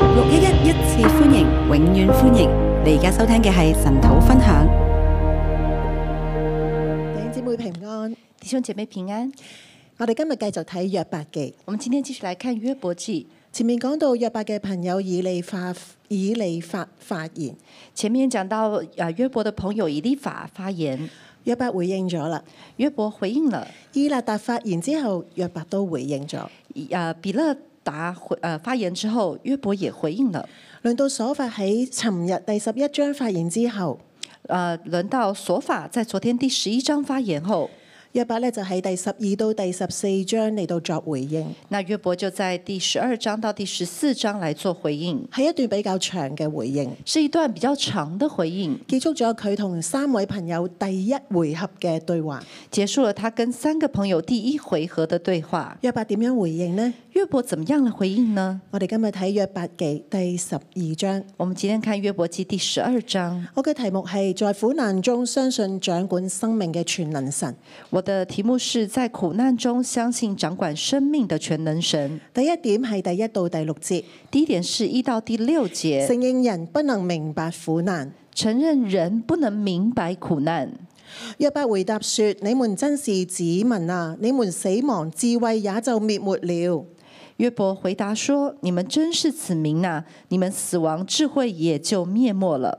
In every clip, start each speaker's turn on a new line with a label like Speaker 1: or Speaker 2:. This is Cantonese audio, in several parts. Speaker 1: 六一一一次歡迎，永遠歡迎！你而家收聽嘅係神土分享。
Speaker 2: 弟兄姊妹平安，
Speaker 3: 弟兄姐妹平安，
Speaker 2: 我哋今日繼續睇約伯記。
Speaker 3: 我們今天繼續來看約伯記。
Speaker 2: 前面講到約伯嘅朋友以利法以利法發言，
Speaker 3: 前面講到，啊約伯的朋友以利法發言，
Speaker 2: 約伯回應咗啦。
Speaker 3: 約伯回應了，
Speaker 2: 以勒達發言之後，約伯都回應咗。
Speaker 3: 以啊比勒達回呃發言之後，約伯也回應了。
Speaker 2: 輪到所法喺尋日第十一章發言之後，
Speaker 3: 呃，輪到索法在昨天第十一章發言後，
Speaker 2: 約伯呢就喺第十二到第十四章嚟到作回應，
Speaker 3: 那約伯就在第十二章到第十四章來做回應，
Speaker 2: 係一段比較長嘅回應，
Speaker 3: 是一段比較長的回應，
Speaker 2: 結束咗佢同三位朋友第一回合嘅對話。
Speaker 3: 結束了他跟三個朋友第一回合的對話。
Speaker 2: 約伯點樣回應呢？
Speaker 3: 約伯怎麼樣來回應呢？
Speaker 2: 我哋今日睇約伯記第十二章。
Speaker 3: 我們今天看約伯記第十二章。
Speaker 2: 我嘅題目係在苦難中相信掌管生命嘅全能神。
Speaker 3: 我的題目是在苦難中相信掌管生命的全能神。
Speaker 2: 第一點係第一到第六節，
Speaker 3: 第一點是一到第六節，
Speaker 2: 承認人不能明白苦難。
Speaker 3: 承認人不能明白苦難。
Speaker 2: 約伯回答說：你們真是子民啊！你們死亡，智慧也就滅沒了。
Speaker 3: 約伯回答說：“你們真是子民呐、你們死亡，智慧也就滅沒了。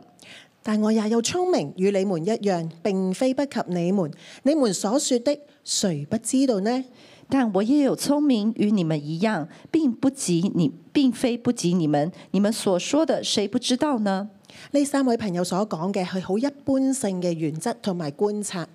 Speaker 2: 但我也有聰明，與你們一樣，並非不及你們。你們所說的，誰不知道呢？
Speaker 3: 但我也有聰明，與你們一樣，并不及你，并非不及你们。你们所说的，谁不知道呢？”
Speaker 2: 呢三位朋友所講嘅係好一般性嘅原則同埋觀察，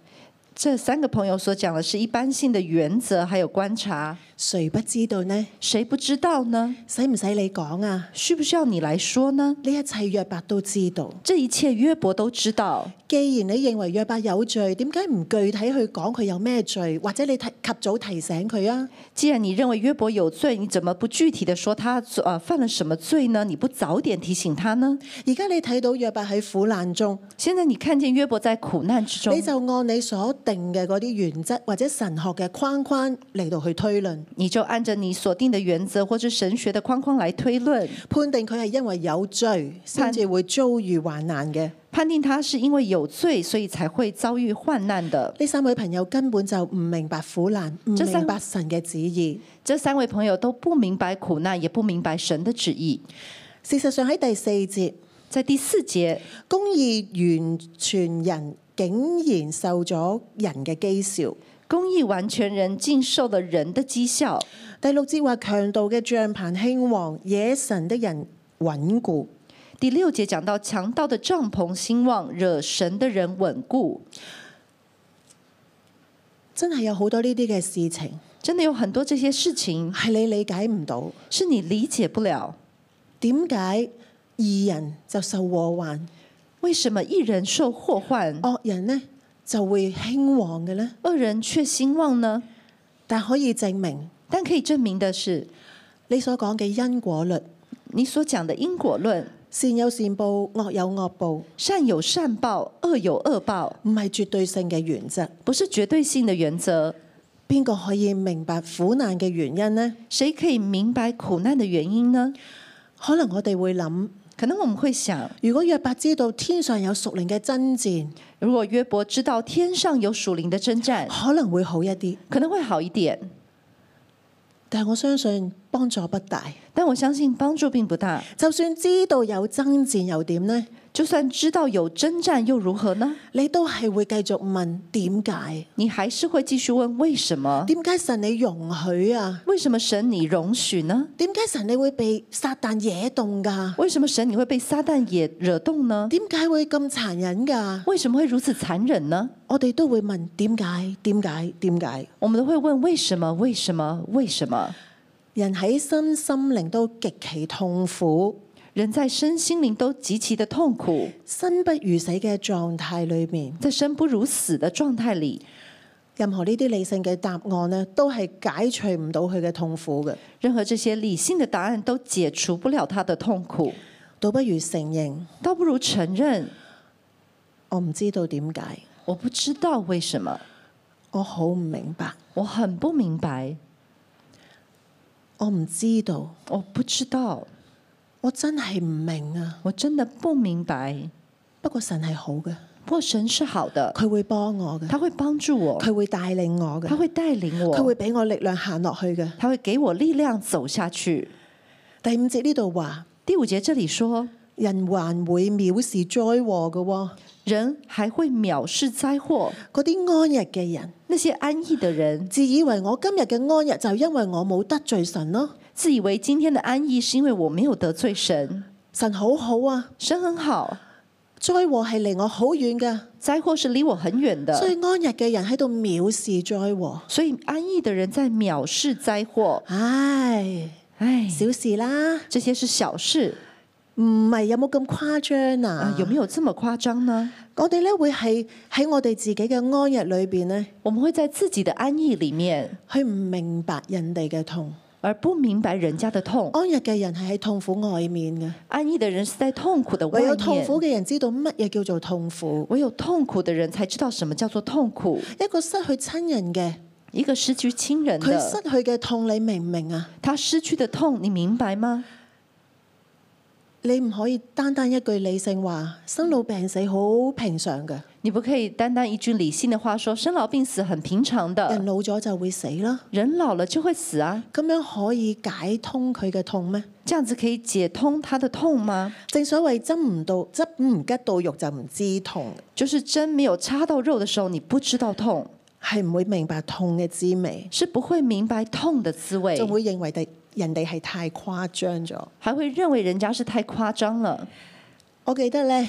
Speaker 3: 这三个朋友所講的是一般性的原則，還有觀察，
Speaker 2: 誰不知道呢？
Speaker 3: 誰不知道呢？
Speaker 2: 使唔使你講啊？
Speaker 3: 需不需要你來說呢？
Speaker 2: 呢一切約伯都知道。
Speaker 3: 这一切約伯都知道。
Speaker 2: 既然你認為約伯有罪，點解唔具體去講佢有咩罪，或者你提及早提醒佢啊？
Speaker 3: 既然你認為約伯有罪，你怎麼不具體的說他呃犯了什麼罪呢？你不早點提醒他呢？
Speaker 2: 而家你睇到約伯喺苦難中，
Speaker 3: 現在你看見約伯在苦難之中，
Speaker 2: 你
Speaker 3: 你
Speaker 2: 就
Speaker 3: 就
Speaker 2: 按你所定嘅嗰啲原則或者神學嘅框框嚟到去推論，
Speaker 3: 按着你所定的原則或者神學的框框來推論，
Speaker 2: 判定佢係因為有罪先至會遭遇患難嘅。
Speaker 3: 判定他是因為有罪，所以才會遭遇患難的。
Speaker 2: 呢三位朋友根本就唔明白苦難，唔
Speaker 3: 即係
Speaker 2: 明白神嘅旨意。
Speaker 3: 這三位朋友都不明白苦難，也不明白神的旨意。
Speaker 2: 事實上喺第四節，
Speaker 3: 在第四節，
Speaker 2: 公義完全人竟然受咗人嘅讥笑。
Speaker 3: 公義完全人竟受了人的讥笑。
Speaker 2: 第六節話強盜嘅帳棚興旺，野神的人穩固。
Speaker 3: 第六節講到強盜的帳篷興旺，惹神的人穩固。
Speaker 2: 真係有好多呢啲嘅事情
Speaker 3: 真的有很多這些事情
Speaker 2: 係你理解唔到，
Speaker 3: 是你理解不了。
Speaker 2: 點解義人就受禍患，
Speaker 3: 為什麼一人受禍患，
Speaker 2: 惡人呢就會興旺嘅呢？
Speaker 3: 惡人卻興旺呢？
Speaker 2: 但可以證明
Speaker 3: 但可以證明的是，
Speaker 2: 你所講嘅因果律，
Speaker 3: 你所講的因果論，
Speaker 2: 善有善報，惡有惡報，
Speaker 3: 善有善報，惡有惡報，
Speaker 2: 唔係絕對性嘅原則。
Speaker 3: 不是絕對性的原則。
Speaker 2: 邊個可以明白苦難嘅原因呢？
Speaker 3: 誰可以明白苦難的原因呢？
Speaker 2: 可能我哋會諗，
Speaker 3: 可能我們會想，
Speaker 2: 如果約伯知道天上有屬靈嘅爭戰，
Speaker 3: 如果約伯知道天上有屬靈的征戰，
Speaker 2: 可能會好一啲。
Speaker 3: 可能會好一點。
Speaker 2: 但我相信幫助不大。
Speaker 3: 但我相信幫助並不大。
Speaker 2: 就算知道有爭戰又點呢？
Speaker 3: 就算知道有征戰又如何呢？
Speaker 2: 你都係會繼續問點解？
Speaker 3: 你還是會繼續問為什麼？
Speaker 2: 點解神你容許啊？
Speaker 3: 為什麼神你容許呢？
Speaker 2: 點解神你會被撒旦惹動㗎？
Speaker 3: 為什麼神你會被撒旦也惹動呢？
Speaker 2: 點解會咁殘忍㗎？
Speaker 3: 為什麼會如此殘忍呢？
Speaker 2: 我哋都會問點解？點解？點解？
Speaker 3: 我們都會問為什麼？為什麼？為什麼？
Speaker 2: 人喺身心靈都極其痛苦、
Speaker 3: 人在身心靈都極其的痛苦，
Speaker 2: 生不如死嘅狀態裏面，
Speaker 3: 在生不如死的狀態裡，
Speaker 2: 任何呢啲理性嘅答案呢，都係解除唔到佢嘅痛苦嘅。
Speaker 3: 任何這些理性的答案都解除不了他的痛苦，
Speaker 2: 倒不如承認，
Speaker 3: 倒不如承認
Speaker 2: 我唔知道點解。
Speaker 3: 我不知道為什麼，
Speaker 2: 我好唔明白，
Speaker 3: 我很不明白，
Speaker 2: 我唔知道，
Speaker 3: 我不知道，
Speaker 2: 我真係唔明啊！
Speaker 3: 我真的不明白。
Speaker 2: 不過神係好嘅，
Speaker 3: 不过神是好的，
Speaker 2: 佢會幫我嘅，
Speaker 3: 他会帮助我，
Speaker 2: 佢會帶領我
Speaker 3: 他
Speaker 2: 嘅，
Speaker 3: 会带领
Speaker 2: 佢會
Speaker 3: 我，
Speaker 2: 俾我力量行落去嘅。
Speaker 3: 他会给我力量走下去。
Speaker 2: 第五節呢度話，
Speaker 3: 第五节这里说，
Speaker 2: 人還會藐視災禍嘅喎，
Speaker 3: 人还会藐视灾祸，
Speaker 2: 嗰啲安逸嘅人
Speaker 3: 那些安逸的人
Speaker 2: 自以為我今日嘅安逸就係因為我冇得罪神咯。
Speaker 3: 自以为今天的安逸是因为我没有得罪神，
Speaker 2: 神好好啊，
Speaker 3: 神很好，
Speaker 2: 災禍係離我好遠嘅，
Speaker 3: 灾祸是离我很远的，
Speaker 2: 所以安逸嘅人喺度藐視災禍。
Speaker 3: 所以安逸的人在藐视灾祸，
Speaker 2: 唉，
Speaker 3: 哎，
Speaker 2: 小事啦，
Speaker 3: 这些是小事
Speaker 2: 唔係有冇咁誇張
Speaker 3: 啊
Speaker 2: 啊，？
Speaker 3: 有没有这么夸张呢？
Speaker 2: 我哋咧會係喺我哋自己嘅安逸裏邊咧，
Speaker 3: 我们会在自己的安逸里面，
Speaker 2: 去唔明白人哋嘅痛。
Speaker 3: 而不明白人家的痛。
Speaker 2: 安逸嘅人係喺痛苦外面嘅，
Speaker 3: 安逸的人是在痛苦的外
Speaker 2: 唯有
Speaker 3: 面，
Speaker 2: 痛苦嘅人知道乜嘢叫做痛苦。
Speaker 3: 唯有痛苦的人才知道什么叫做痛苦。
Speaker 2: 一個失去親人嘅，
Speaker 3: 一个失去亲人
Speaker 2: 佢失
Speaker 3: 的，
Speaker 2: 去嘅痛，你明唔明啊？
Speaker 3: 他失去的痛，你明白吗？
Speaker 2: 你唔可以單單一句理性話生老病死好平常嘅，
Speaker 3: 你不可以单单一句理性的话说生老病死很平常
Speaker 2: 人
Speaker 3: 的，
Speaker 2: 老咗就會死啦。
Speaker 3: 人老了就会死啊，
Speaker 2: 咁樣可以解通佢嘅痛咩？
Speaker 3: 这样子可以解通他的痛吗？
Speaker 2: 正所謂針唔到針唔吉到肉就唔知痛，
Speaker 3: 就是针没有插到肉的时候，你不知道痛，
Speaker 2: 係唔會明白痛嘅滋味，
Speaker 3: 是不会明白痛的滋味，
Speaker 2: 就會認為第人哋係太誇張咗。
Speaker 3: 还会认为人家是太夸张了。
Speaker 2: 我記得咧，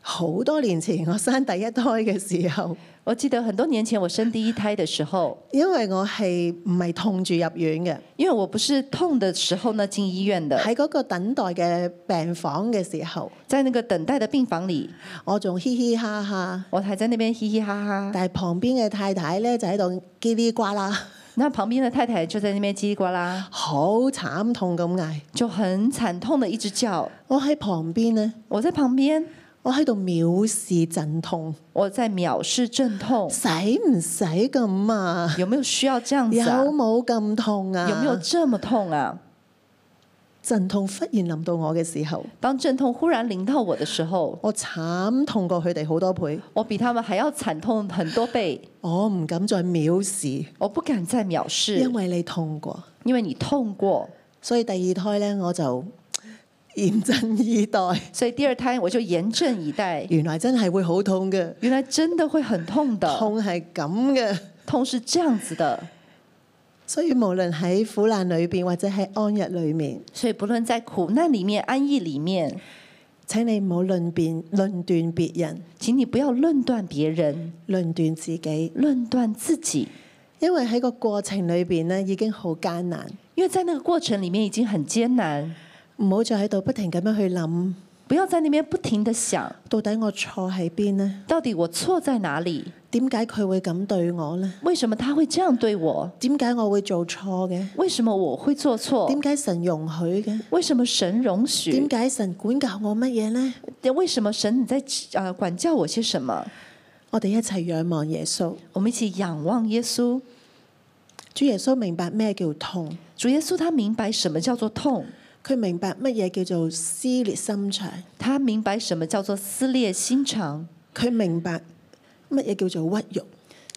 Speaker 2: 好多年前我生第一胎嘅時候，
Speaker 3: 我记得很多年前我生第一胎的时候，
Speaker 2: 因為我係唔係痛住入院嘅，
Speaker 3: 因为我不是痛的时候呢进医院的，
Speaker 2: 喺嗰個等待嘅病房嘅時候，
Speaker 3: 在那个等待的病房里，
Speaker 2: 我仲嘻嘻哈哈，
Speaker 3: 我还在那边嘻嘻哈哈，
Speaker 2: 但係旁邊嘅太太咧就喺度叽哩呱啦，
Speaker 3: 那旁边的太太就在那边叽里呱啦，
Speaker 2: 好慘痛咁嗌。
Speaker 3: 就很惨痛的一直叫。
Speaker 2: 我喺旁邊咧，
Speaker 3: 我在旁边，
Speaker 2: 我喺度藐視陣痛，
Speaker 3: 我在藐视阵痛，
Speaker 2: 使唔使咁啊？
Speaker 3: 有没有需要这样子
Speaker 2: 有
Speaker 3: 啊？
Speaker 2: 冇咁痛啊？
Speaker 3: 有没有这么痛啊？
Speaker 2: 陣痛忽然臨到我嘅時候，
Speaker 3: 当阵痛忽然临到我的时候，
Speaker 2: 我慘痛過佢哋好多倍，
Speaker 3: 我比他们还要惨痛很多倍，
Speaker 2: 我唔敢再藐視，
Speaker 3: 我不敢再藐视，
Speaker 2: 因為你痛過。
Speaker 3: 因为你痛过，
Speaker 2: 所以第二胎呢，我就嚴陣以 待，
Speaker 3: 所以第二胎我就严阵以待。
Speaker 2: 原來真係會好痛嘅，
Speaker 3: 原来真的会很痛的，痛
Speaker 2: 痛係咁嘅。
Speaker 3: 是这样子的，
Speaker 2: 所以無論喺苦難裏邊或者喺安逸裏面，
Speaker 3: 所以不论在苦难里面、安逸里面，
Speaker 2: 請你唔好論辯、論斷別人、
Speaker 3: 请你不要论断别人，
Speaker 2: 論斷自己。
Speaker 3: 论断自己，
Speaker 2: 因為喺個過程裏邊咧已經好艱難，
Speaker 3: 因为在那个过程里面已经很艰难，
Speaker 2: 唔好再喺度不停咁樣去諗，
Speaker 3: 不要在那边不停的想，
Speaker 2: 到底我錯喺邊呢？
Speaker 3: 到底我错在哪里？
Speaker 2: 點解佢會咁對我呢？
Speaker 3: 为什么他会这样对我？
Speaker 2: 點解我會做錯嘅？
Speaker 3: 为什么我会做错？
Speaker 2: 點解神容許嘅？
Speaker 3: 为什么神容
Speaker 2: 點
Speaker 3: 许？
Speaker 2: 解神管教我乜嘢呢？
Speaker 3: 为什么神你在呃管教我些什么？
Speaker 2: 我哋一齊仰望耶穌，
Speaker 3: 我们一起仰望耶稣，
Speaker 2: 主耶穌明白咩叫痛，
Speaker 3: 主耶稣他明白什么叫做痛，
Speaker 2: 佢明白乜嘢叫做撕裂心腸，
Speaker 3: 他明白什么叫做撕裂心肠，
Speaker 2: 佢明白乜嘢叫做屈辱，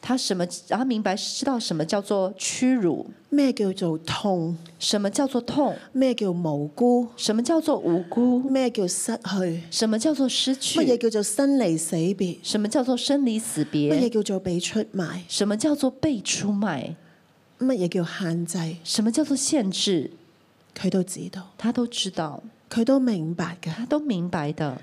Speaker 3: 他什么他明白知道什么叫做屈辱，
Speaker 2: 咩叫做痛，
Speaker 3: 什么叫做痛，
Speaker 2: 咩叫無辜，
Speaker 3: 什么叫做无辜，
Speaker 2: 咩叫失去。
Speaker 3: 什么叫做失
Speaker 2: 乜嘢
Speaker 3: 去，
Speaker 2: 叫做生離死別？
Speaker 3: 什么叫做生离死
Speaker 2: 乜嘢
Speaker 3: 别，
Speaker 2: 叫做被出賣？
Speaker 3: 什么叫做被出卖，
Speaker 2: 乜嘢叫限制？
Speaker 3: 什么叫做限制，
Speaker 2: 佢都知道，
Speaker 3: 他都知道，
Speaker 2: 佢都明白嘅。
Speaker 3: 他都明白的。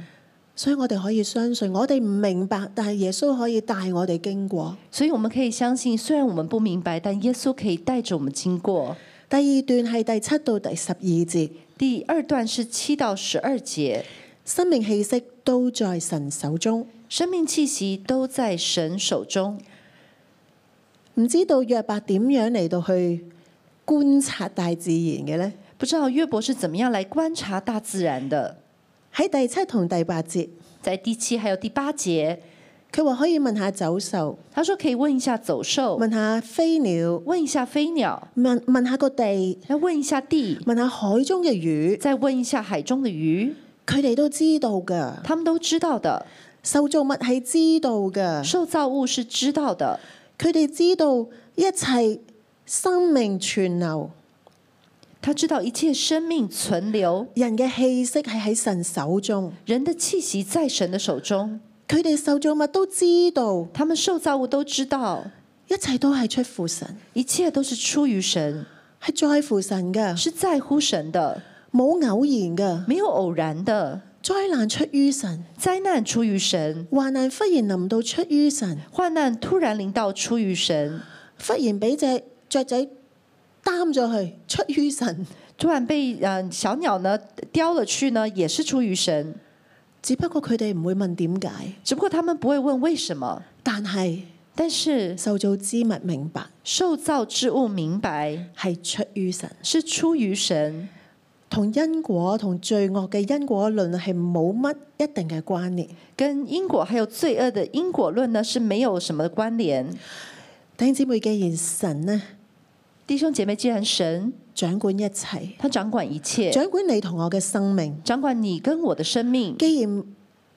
Speaker 2: 所以我哋可以相信，我哋唔明白，但係耶穌可以帶我哋經過。
Speaker 3: 所以我们可以相信，虽然我们不明白，但耶稣可以带着我们经过。
Speaker 2: 第二段係第七到第十二節，
Speaker 3: 第二段是七到十二节，
Speaker 2: 生命氣息都在神手中。
Speaker 3: 生命气息都在神手中。
Speaker 2: 唔知道約伯點樣嚟到去觀察大自然嘅呢？
Speaker 3: 不知道约伯是怎么样来观察大自然的。
Speaker 2: 喺第七同第八節，
Speaker 3: 在第七还有第八节，
Speaker 2: 佢話可以問下走獸，
Speaker 3: 他说可以问一下走兽，
Speaker 2: 問下飛鳥，
Speaker 3: 问一下飞鸟，
Speaker 2: 問問下個地，
Speaker 3: 要问一下地，
Speaker 2: 問下海中嘅魚，
Speaker 3: 再问一下海中的鱼，
Speaker 2: 佢哋都知道㗎。
Speaker 3: 他们都知道的。
Speaker 2: 受造物係知道㗎，
Speaker 3: 受造物是知道的，
Speaker 2: 佢哋知道一切生命存留，
Speaker 3: 他知道一切生命存留，
Speaker 2: 人嘅氣息係喺神手中。
Speaker 3: 人的气息在神的手中。
Speaker 2: 佢哋受造物都知道，
Speaker 3: 他们受造物都知道，
Speaker 2: 一切都係出乎神，
Speaker 3: 一切都是出于神，
Speaker 2: 係在乎神㗎，
Speaker 3: 是在乎神的，
Speaker 2: 冇偶然㗎。
Speaker 3: 没有偶然的。
Speaker 2: 災難出於神，
Speaker 3: 灾难出于神，
Speaker 2: 患難忽然臨到出於神，
Speaker 3: 患难突然临到出于神，
Speaker 2: 忽然俾只雀仔擔咗去，出於神。
Speaker 3: 突然被呃小鸟呢叼了去呢，也是出于神。
Speaker 2: 只不過佢哋唔會問點解，
Speaker 3: 只不过他们不会问为什么，
Speaker 2: 但係
Speaker 3: 但是
Speaker 2: 受造之物明白
Speaker 3: 受造之物明白
Speaker 2: 係出於神，
Speaker 3: 是出于神，
Speaker 2: 同因果同罪惡嘅因果論係冇乜一定嘅關聯。
Speaker 3: 跟因果还有罪恶的因果论呢是没有什么关联。
Speaker 2: 弟兄姊妹，既然神呢
Speaker 3: 弟兄姐妹，既然神
Speaker 2: 掌管一切，
Speaker 3: 他掌管一切，
Speaker 2: 掌管你同我嘅生命。
Speaker 3: 掌管你跟我的生命，
Speaker 2: 既然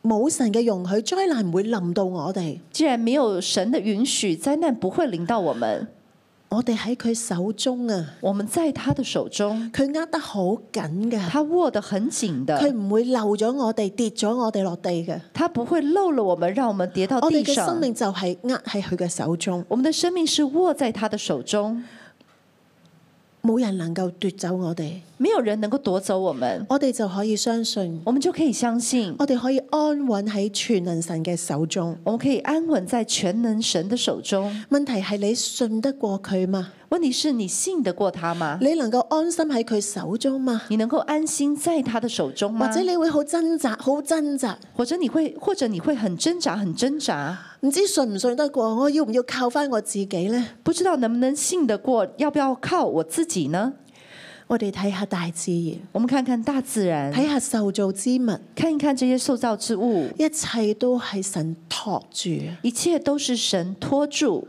Speaker 2: 冇神嘅容許，災難唔會臨到我哋，
Speaker 3: 既然没有神的允许，灾难不会临到我们，
Speaker 2: 我哋喺佢手中啊！
Speaker 3: 我们在他的手中，
Speaker 2: 佢握得好緊㗎，
Speaker 3: 他握得很紧
Speaker 2: 佢
Speaker 3: 的，
Speaker 2: 唔會漏咗我哋，跌咗我哋落地嘅。
Speaker 3: 他不会漏了我们，让我们跌到
Speaker 2: 我哋
Speaker 3: 地
Speaker 2: 嘅
Speaker 3: 上。
Speaker 2: 生命就係握喺佢嘅手中，
Speaker 3: 我们的生命是握在他的手中，
Speaker 2: 冇人能夠奪走我哋，
Speaker 3: 没有人能够夺走我们，
Speaker 2: 我哋就可以相信，
Speaker 3: 我们就可以相信，
Speaker 2: 我哋可以安穩喺全能神嘅手中。
Speaker 3: 我们可以安稳在全能神的手中。
Speaker 2: 問題係你信得過佢嘛？
Speaker 3: 问题是你信得过他吗？
Speaker 2: 你能夠安心喺佢手中嘛？
Speaker 3: 你能够安心在他的手中
Speaker 2: 或
Speaker 3: 吗？
Speaker 2: 者你會好掙扎，好掙扎，
Speaker 3: 或者你会，或者你会很挣扎，很挣扎，
Speaker 2: 唔知信唔信得過？我要唔要靠翻我自己呢？
Speaker 3: 不知道能不能信得过，要不要靠我自己呢？
Speaker 2: 我哋睇下大自然，
Speaker 3: 我们看看大自然，
Speaker 2: 睇下受造之物，
Speaker 3: 看一看这些受造之物，
Speaker 2: 一切都係神托住。
Speaker 3: 一切都是神托住，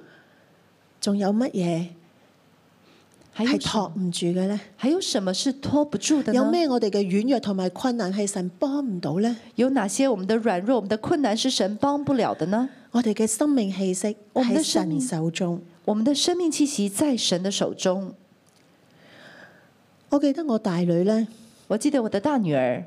Speaker 2: 仲有乜嘢
Speaker 3: 还有
Speaker 2: 係
Speaker 3: 什
Speaker 2: 托
Speaker 3: 么
Speaker 2: 唔住嘅呢？
Speaker 3: 还有什么是托不住的呢？
Speaker 2: 有咩我哋嘅軟弱同埋困難係神幫唔到呢？
Speaker 3: 有哪些我们的软弱、我们的困难是神帮不了的呢？
Speaker 2: 我哋嘅生命氣息
Speaker 3: 我們
Speaker 2: 喺
Speaker 3: 的生命
Speaker 2: 神手中。
Speaker 3: 我们的生命气息在神的手中。
Speaker 2: 我記得我大女呢，
Speaker 3: 我记得我的大女儿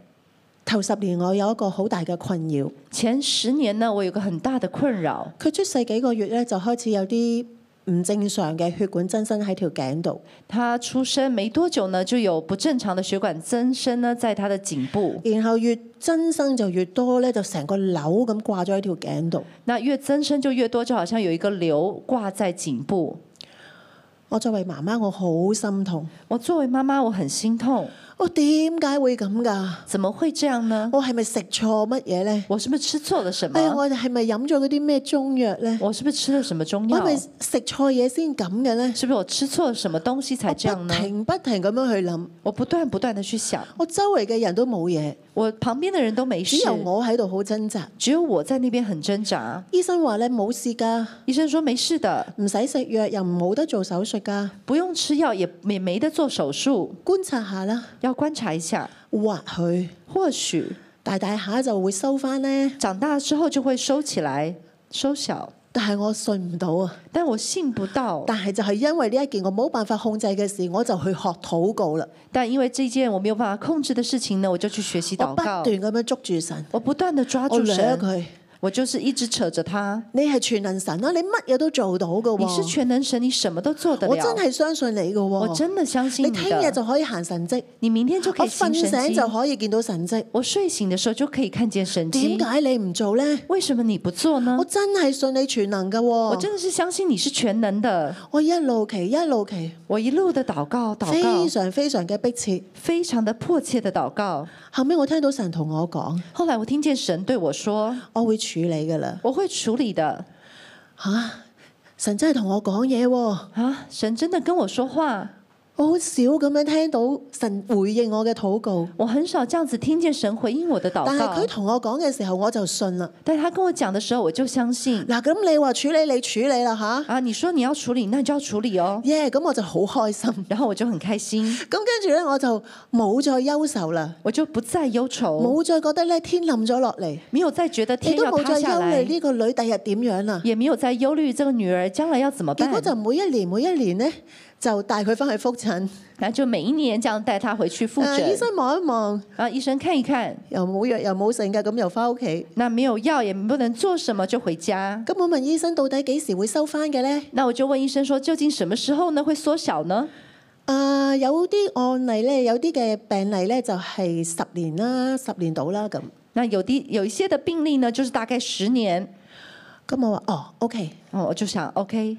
Speaker 2: 頭十年我有一個好大嘅困擾，
Speaker 3: 前十年呢，我有个很大的困扰，
Speaker 2: 佢出世幾個月呢，就開始有啲唔正常嘅血管增生喺條頸度，
Speaker 3: 她出生没多久呢，就有不正常的血管增生呢，在她的颈部。
Speaker 2: 然後越增生就越多呢，就成個瘤咁掛咗喺條頸度。
Speaker 3: 那越增生就越多，就好像有一个瘤挂在颈部。
Speaker 2: 我作為媽媽，我好心痛。
Speaker 3: 我作为妈妈，我很心痛，
Speaker 2: 我點解會咁㗎？
Speaker 3: 怎么会这样呢？
Speaker 2: 我係咪食錯乜嘢呢？
Speaker 3: 我是不是吃错了什么
Speaker 2: 哎？呀，我哋係咪飲咗嗰啲咩中藥呢？
Speaker 3: 我是不是吃了什么中
Speaker 2: 我
Speaker 3: 药
Speaker 2: 係？咪食錯嘢先咁嘅呢？
Speaker 3: 是不是我吃错了什么东西才
Speaker 2: 我
Speaker 3: 这样
Speaker 2: 不
Speaker 3: 呢？
Speaker 2: 停不停咁樣去諗，
Speaker 3: 我不断不断的去想，
Speaker 2: 我周圍嘅人都冇嘢，
Speaker 3: 我旁边的人都没事
Speaker 2: 只，有我喺度好掙扎。
Speaker 3: 只有我在那边很挣扎。
Speaker 2: 醫生話呢，冇事㗎，
Speaker 3: 医生说没事的，
Speaker 2: 唔使食藥，又冇得做手術㗎，
Speaker 3: 不用吃药，也也没得做手术，
Speaker 2: 觀察下啦，
Speaker 3: 要观察一下，
Speaker 2: 或許
Speaker 3: 或许
Speaker 2: 大大下就會收翻呢。
Speaker 3: 长大之后就会收起来，收小。
Speaker 2: 但係我信唔到啊！
Speaker 3: 但我信不到，
Speaker 2: 但係就係因為呢一件我冇辦法控制嘅事，我就去學禱告啦。
Speaker 3: 但因为这件我没有办法控制的事情呢，我就去学习
Speaker 2: 我
Speaker 3: 祷
Speaker 2: 不斷
Speaker 3: 告，
Speaker 2: 咁樣捉住神，
Speaker 3: 我不断的抓
Speaker 2: 我
Speaker 3: 住
Speaker 2: 掠
Speaker 3: 神，
Speaker 2: 佢。
Speaker 3: 我就是一直扯着他。
Speaker 2: 你係全能神啊啦，你乜嘢都做到噶
Speaker 3: 你是
Speaker 2: 喎！
Speaker 3: 全能神，你什么都做得
Speaker 2: 我
Speaker 3: 了
Speaker 2: 真。係相信你噶
Speaker 3: 我
Speaker 2: 喎！
Speaker 3: 真的相信
Speaker 2: 你
Speaker 3: 你
Speaker 2: 聽日
Speaker 3: 的，
Speaker 2: 就可以行神蹟，
Speaker 3: 你明天就可
Speaker 2: 我
Speaker 3: 以
Speaker 2: 瞓
Speaker 3: 行神
Speaker 2: 醒
Speaker 3: 迹
Speaker 2: 就。可以見到神蹟。
Speaker 3: 我睡醒的时候就可以看见神迹
Speaker 2: 點。解你唔做呢？
Speaker 3: 为什么你不做呢
Speaker 2: 我？真係信你全能噶
Speaker 3: 啊我
Speaker 2: 喎！
Speaker 3: 真的是相信你是全能的。
Speaker 2: 我一路祈一路祈，
Speaker 3: 我一路的祷告，祷告
Speaker 2: 非，常非常嘅迫切。
Speaker 3: 非常的迫切的祷告。
Speaker 2: 後尾我聽到神同我講，
Speaker 3: 后来我听见神对我说
Speaker 2: 我會處理噶啦：“
Speaker 3: 我会处理的。
Speaker 2: 吓，神真係同我講嘢喎！
Speaker 3: 啊”神真的跟我说话，
Speaker 2: 我好少咁樣聽到神回應我嘅禱告，
Speaker 3: 我很少这样子听见神回应我的祷
Speaker 2: 但係
Speaker 3: 告
Speaker 2: 佢，同我講嘅時候我就信啦。
Speaker 3: 但他跟我讲的时候，我就相信
Speaker 2: 嗱，咁你話處理你處理啦吓，
Speaker 3: 啊。你说你要處理，那你就要處理哦。
Speaker 2: 耶！咁我就好開心。咁
Speaker 3: 然后我就很开心，
Speaker 2: 跟住咧我就冇再憂愁啦，
Speaker 3: 我就不再忧愁，
Speaker 2: 冇再覺得咧天冧咗落嚟，
Speaker 3: 没有再觉得
Speaker 2: 亦
Speaker 3: 哦天
Speaker 2: 都
Speaker 3: 要
Speaker 2: 冇
Speaker 3: 塌
Speaker 2: 再
Speaker 3: 下
Speaker 2: 憂
Speaker 3: 嗯来
Speaker 2: 慮，呢個女第日點樣啦。
Speaker 3: 也没有再忧虑这个女儿将来要怎么
Speaker 2: 結
Speaker 3: 办
Speaker 2: 果。就每一年每一年咧就帶佢翻去復診，
Speaker 3: 然后就每一年这样带她回去复
Speaker 2: 啊醫
Speaker 3: 诊，
Speaker 2: 生望一望，
Speaker 3: 然后医生看一看，
Speaker 2: 又冇藥又冇剩㗎，咁又翻屋企。
Speaker 3: 那没有药也不能做什么，就回家。
Speaker 2: 咁我問醫生到底幾時會收翻嘅呢？
Speaker 3: 那我就问医生说，究竟什么时候呢会缩小呢？
Speaker 2: 啊，有啲案例咧，有啲嘅病例咧就係十年啦，十年到啦咁。
Speaker 3: 那有的有一些的病例呢，就是大概十年，
Speaker 2: 咁我話哦，OK，
Speaker 3: 哦，我就想 OK，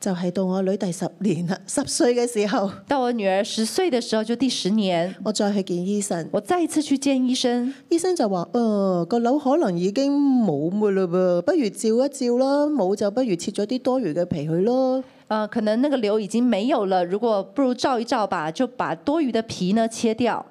Speaker 2: 就係到我女第十年啦， 十歲嘅時候，
Speaker 3: 到我女儿十岁的时候就第十年，
Speaker 2: 我再去見醫生，
Speaker 3: 我再一次去见医生，
Speaker 2: 醫生就話：，誒、個瘤可能已經冇㗎嘞噃，不如照一照啦，冇就不如切咗啲多餘嘅皮去咯。
Speaker 3: 呃，可能那个瘤已经没有了，如果不如照一照吧，就把多余的皮呢切掉。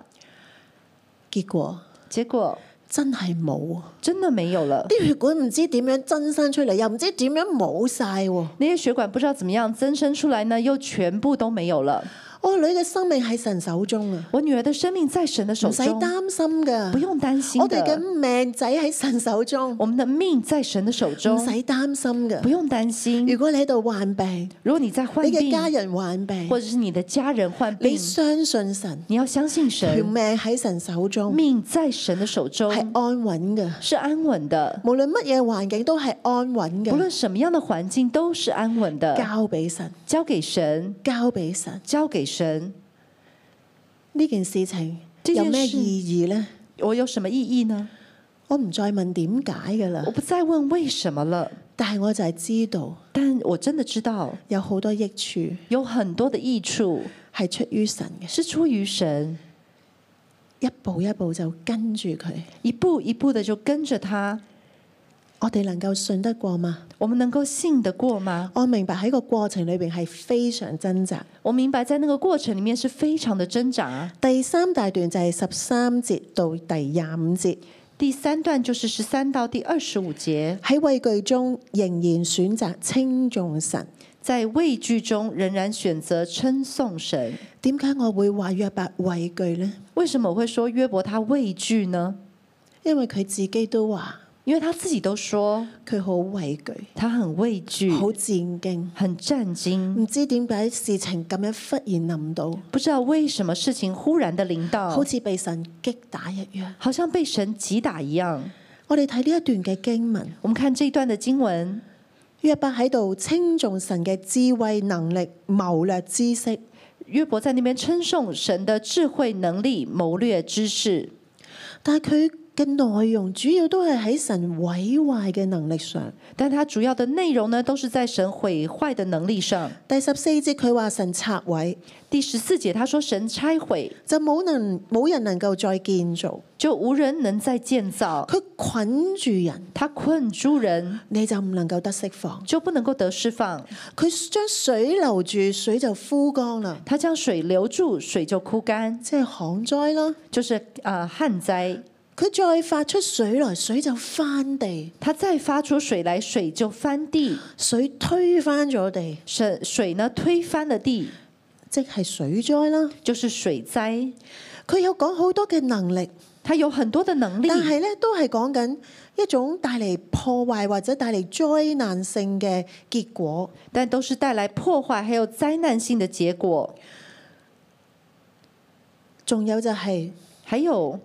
Speaker 2: 結果
Speaker 3: 结果
Speaker 2: 真係冇啊，
Speaker 3: 真的没有了，
Speaker 2: 啲血管唔知點樣增生出嚟，又唔知點樣冇晒喎。
Speaker 3: 那些血管不知道怎么样增生出来呢，又全部都没有了。
Speaker 2: 我女嘅生命喺神手中啊，
Speaker 3: 我女儿的生命在神的手
Speaker 2: 唔使
Speaker 3: 中，
Speaker 2: 擔心㗎。
Speaker 3: 不用担心
Speaker 2: 我哋嘅
Speaker 3: 的，
Speaker 2: 命仔喺神手中，
Speaker 3: 我们的命在神的手
Speaker 2: 唔
Speaker 3: 中
Speaker 2: 使，擔心
Speaker 3: 不
Speaker 2: 嘅。
Speaker 3: 用担心。
Speaker 2: 如果你喺度患病，
Speaker 3: 如果你在患
Speaker 2: 你嘅
Speaker 3: 病，
Speaker 2: 家人患病，
Speaker 3: 或者是你的家人患
Speaker 2: 你
Speaker 3: 病，
Speaker 2: 相信神，
Speaker 3: 你要相信
Speaker 2: 條
Speaker 3: 神，
Speaker 2: 命喺神手中
Speaker 3: 命在神的手
Speaker 2: 係
Speaker 3: 中，
Speaker 2: 安穩嘅。
Speaker 3: 是安稳的。
Speaker 2: 無論乜嘢環境都係安穩
Speaker 3: 不
Speaker 2: 嘅，
Speaker 3: 论什么样的环境都是安稳的，
Speaker 2: 交俾神，
Speaker 3: 交给神，
Speaker 2: 交俾神。
Speaker 3: 交给神。
Speaker 2: 呢件事情
Speaker 3: 呢件
Speaker 2: 有咩
Speaker 3: 事
Speaker 2: 意義呢？
Speaker 3: 我有什么意义呢？
Speaker 2: 我唔再問點解㗎啦
Speaker 3: 我，不再问为什么了，
Speaker 2: 但係我就係知道
Speaker 3: 但我真的知道
Speaker 2: 有好多益處
Speaker 3: 有很多的益处
Speaker 2: 係出於神嘅，
Speaker 3: 是出于神，
Speaker 2: 一步一步就跟住佢。
Speaker 3: 一步一步的就跟着他。
Speaker 2: 我哋能夠信得過嗎？
Speaker 3: 我们能够信得过吗？
Speaker 2: 我明白喺個過程裏邊係非常掙扎。
Speaker 3: 我明白在那个过程里面是非常的挣扎。
Speaker 2: 第三大段就係十三節到第廿五節，
Speaker 3: 第三段就是十三到第二十五节。
Speaker 2: 喺畏懼中仍然選擇稱重神。
Speaker 3: 在畏惧中仍然选择称颂神。
Speaker 2: 點解我會話約伯畏懼呢？
Speaker 3: 为什么我会说约伯他畏惧呢？
Speaker 2: 因為佢自己都話
Speaker 3: 因为他自己都说
Speaker 2: 佢好畏懼，
Speaker 3: 他很畏惧，
Speaker 2: 好戰驚，
Speaker 3: 很震惊，
Speaker 2: 唔知點解事情咁樣忽然臨到，
Speaker 3: 不知道为什么事情忽然的临到
Speaker 2: 好，似被神擊打一樣。
Speaker 3: 好像被神击打一样。
Speaker 2: 我哋睇呢一段嘅經文，
Speaker 3: 我们看这一段的经文，
Speaker 2: 約伯喺度稱重神嘅智慧、能力、謀略、知識。
Speaker 3: 约伯在那边称颂神的智慧、能力、谋略、知识，
Speaker 2: 但係佢嘅內容主要都係喺神毀壞嘅能力上。
Speaker 3: 但他主要的内容呢，都是在神毁坏的能力上。
Speaker 2: 第十四節佢話神拆毀，
Speaker 3: 第十四节他说神拆毁，
Speaker 2: 就冇能冇人能夠再建造。
Speaker 3: 就无人能再建造。
Speaker 2: 佢捆住人，
Speaker 3: 他困住人，
Speaker 2: 你就唔能夠得釋放。
Speaker 3: 就不能够得释放。
Speaker 2: 佢將水留住，水就枯乾啦，
Speaker 3: 他将水留住，水就枯干，
Speaker 2: 即係旱災啦。
Speaker 3: 就是呃旱灾。
Speaker 2: 佢再發出水來，水就翻地，
Speaker 3: 他再发出水来，水就翻地，
Speaker 2: 水推翻咗地，
Speaker 3: 水水呢推翻了地，
Speaker 2: 即係水災啦。
Speaker 3: 就是水灾。
Speaker 2: 佢有講好多嘅能力，
Speaker 3: 他有很多的能力，
Speaker 2: 但係咧都係講緊一種帶嚟破壞或者帶嚟災難性嘅結果。
Speaker 3: 但都是带来破坏还有灾难性的结果。
Speaker 2: 仲有就係
Speaker 3: 还有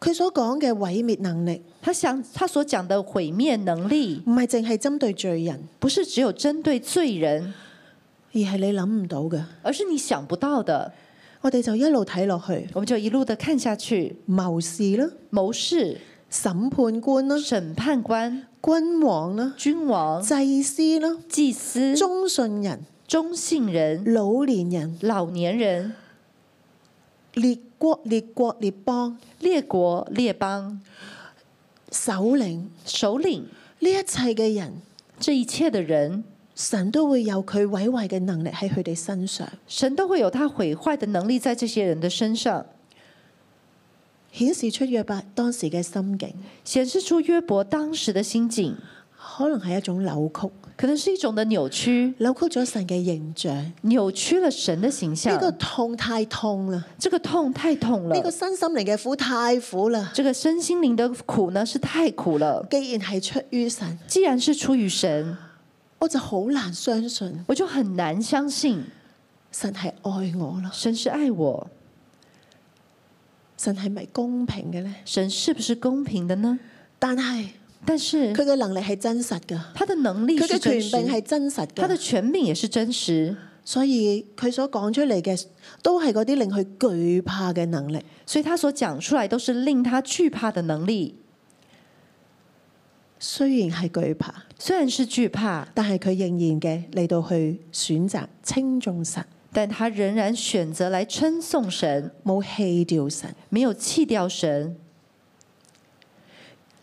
Speaker 2: 佢所講嘅毀滅能力，
Speaker 3: 他想他所讲的毁灭能力，
Speaker 2: 唔係淨係針對罪人，
Speaker 3: 不是只有针对罪人，
Speaker 2: 而係你諗唔到嘅。
Speaker 3: 而是你想不到的。
Speaker 2: 我哋就一路睇落去，
Speaker 3: 我们就一路的看下去，
Speaker 2: 謀士啦、
Speaker 3: 谋士、
Speaker 2: 審判官啦、
Speaker 3: 审判官、
Speaker 2: 君王啦、
Speaker 3: 君王、
Speaker 2: 祭司啦、
Speaker 3: 祭司、
Speaker 2: 忠信人、
Speaker 3: 中性人、
Speaker 2: 老年人、
Speaker 3: 老年人、
Speaker 2: 列國、列國、列邦、
Speaker 3: 列国、列邦、
Speaker 2: 首領，呢
Speaker 3: 首领，
Speaker 2: 一切嘅人
Speaker 3: 这一切的人
Speaker 2: 神都會有佢毀壞嘅能力喺佢哋身上，
Speaker 3: 神都会有他毁坏的能力在这些人的身上，
Speaker 2: 顯示出約伯當時嘅心境，
Speaker 3: 显示出约伯当时的心境，
Speaker 2: 可能係一種扭曲，
Speaker 3: 可能是一种的扭曲，
Speaker 2: 扭曲咗神嘅形象。呢、
Speaker 3: 扭曲了神的形象。
Speaker 2: 個痛太痛啦，呢、
Speaker 3: 这个痛太痛了，
Speaker 2: 個身心靈嘅苦太苦啦。
Speaker 3: 这个身心灵的苦呢是太苦了。
Speaker 2: 既然係出於神，
Speaker 3: 既然是出于神，
Speaker 2: 我就好難相信
Speaker 3: 我就很难相信
Speaker 2: 神係愛我啦。
Speaker 3: 神是爱我，
Speaker 2: 神係咪公平嘅呢？
Speaker 3: 神是不是公平的呢？
Speaker 2: 但係
Speaker 3: 但是
Speaker 2: 佢嘅能力係真實㗎，
Speaker 3: 他的能力
Speaker 2: 佢
Speaker 3: 是
Speaker 2: 嘅權
Speaker 3: 真
Speaker 2: 柄係
Speaker 3: 实，
Speaker 2: 真實
Speaker 3: 他的
Speaker 2: 㗎，
Speaker 3: 权柄也是真实，
Speaker 2: 所以佢所講出嚟嘅都係嗰啲令佢懼怕嘅能力。
Speaker 3: 所以他所讲出来都是令他惧怕的能力。
Speaker 2: 雖然係懼怕，
Speaker 3: 虽然是惧怕，
Speaker 2: 但係佢仍然嘅嚟到去選擇稱重神，
Speaker 3: 但他仍然选择来称颂神，
Speaker 2: 冇棄掉神。
Speaker 3: 没有弃掉神。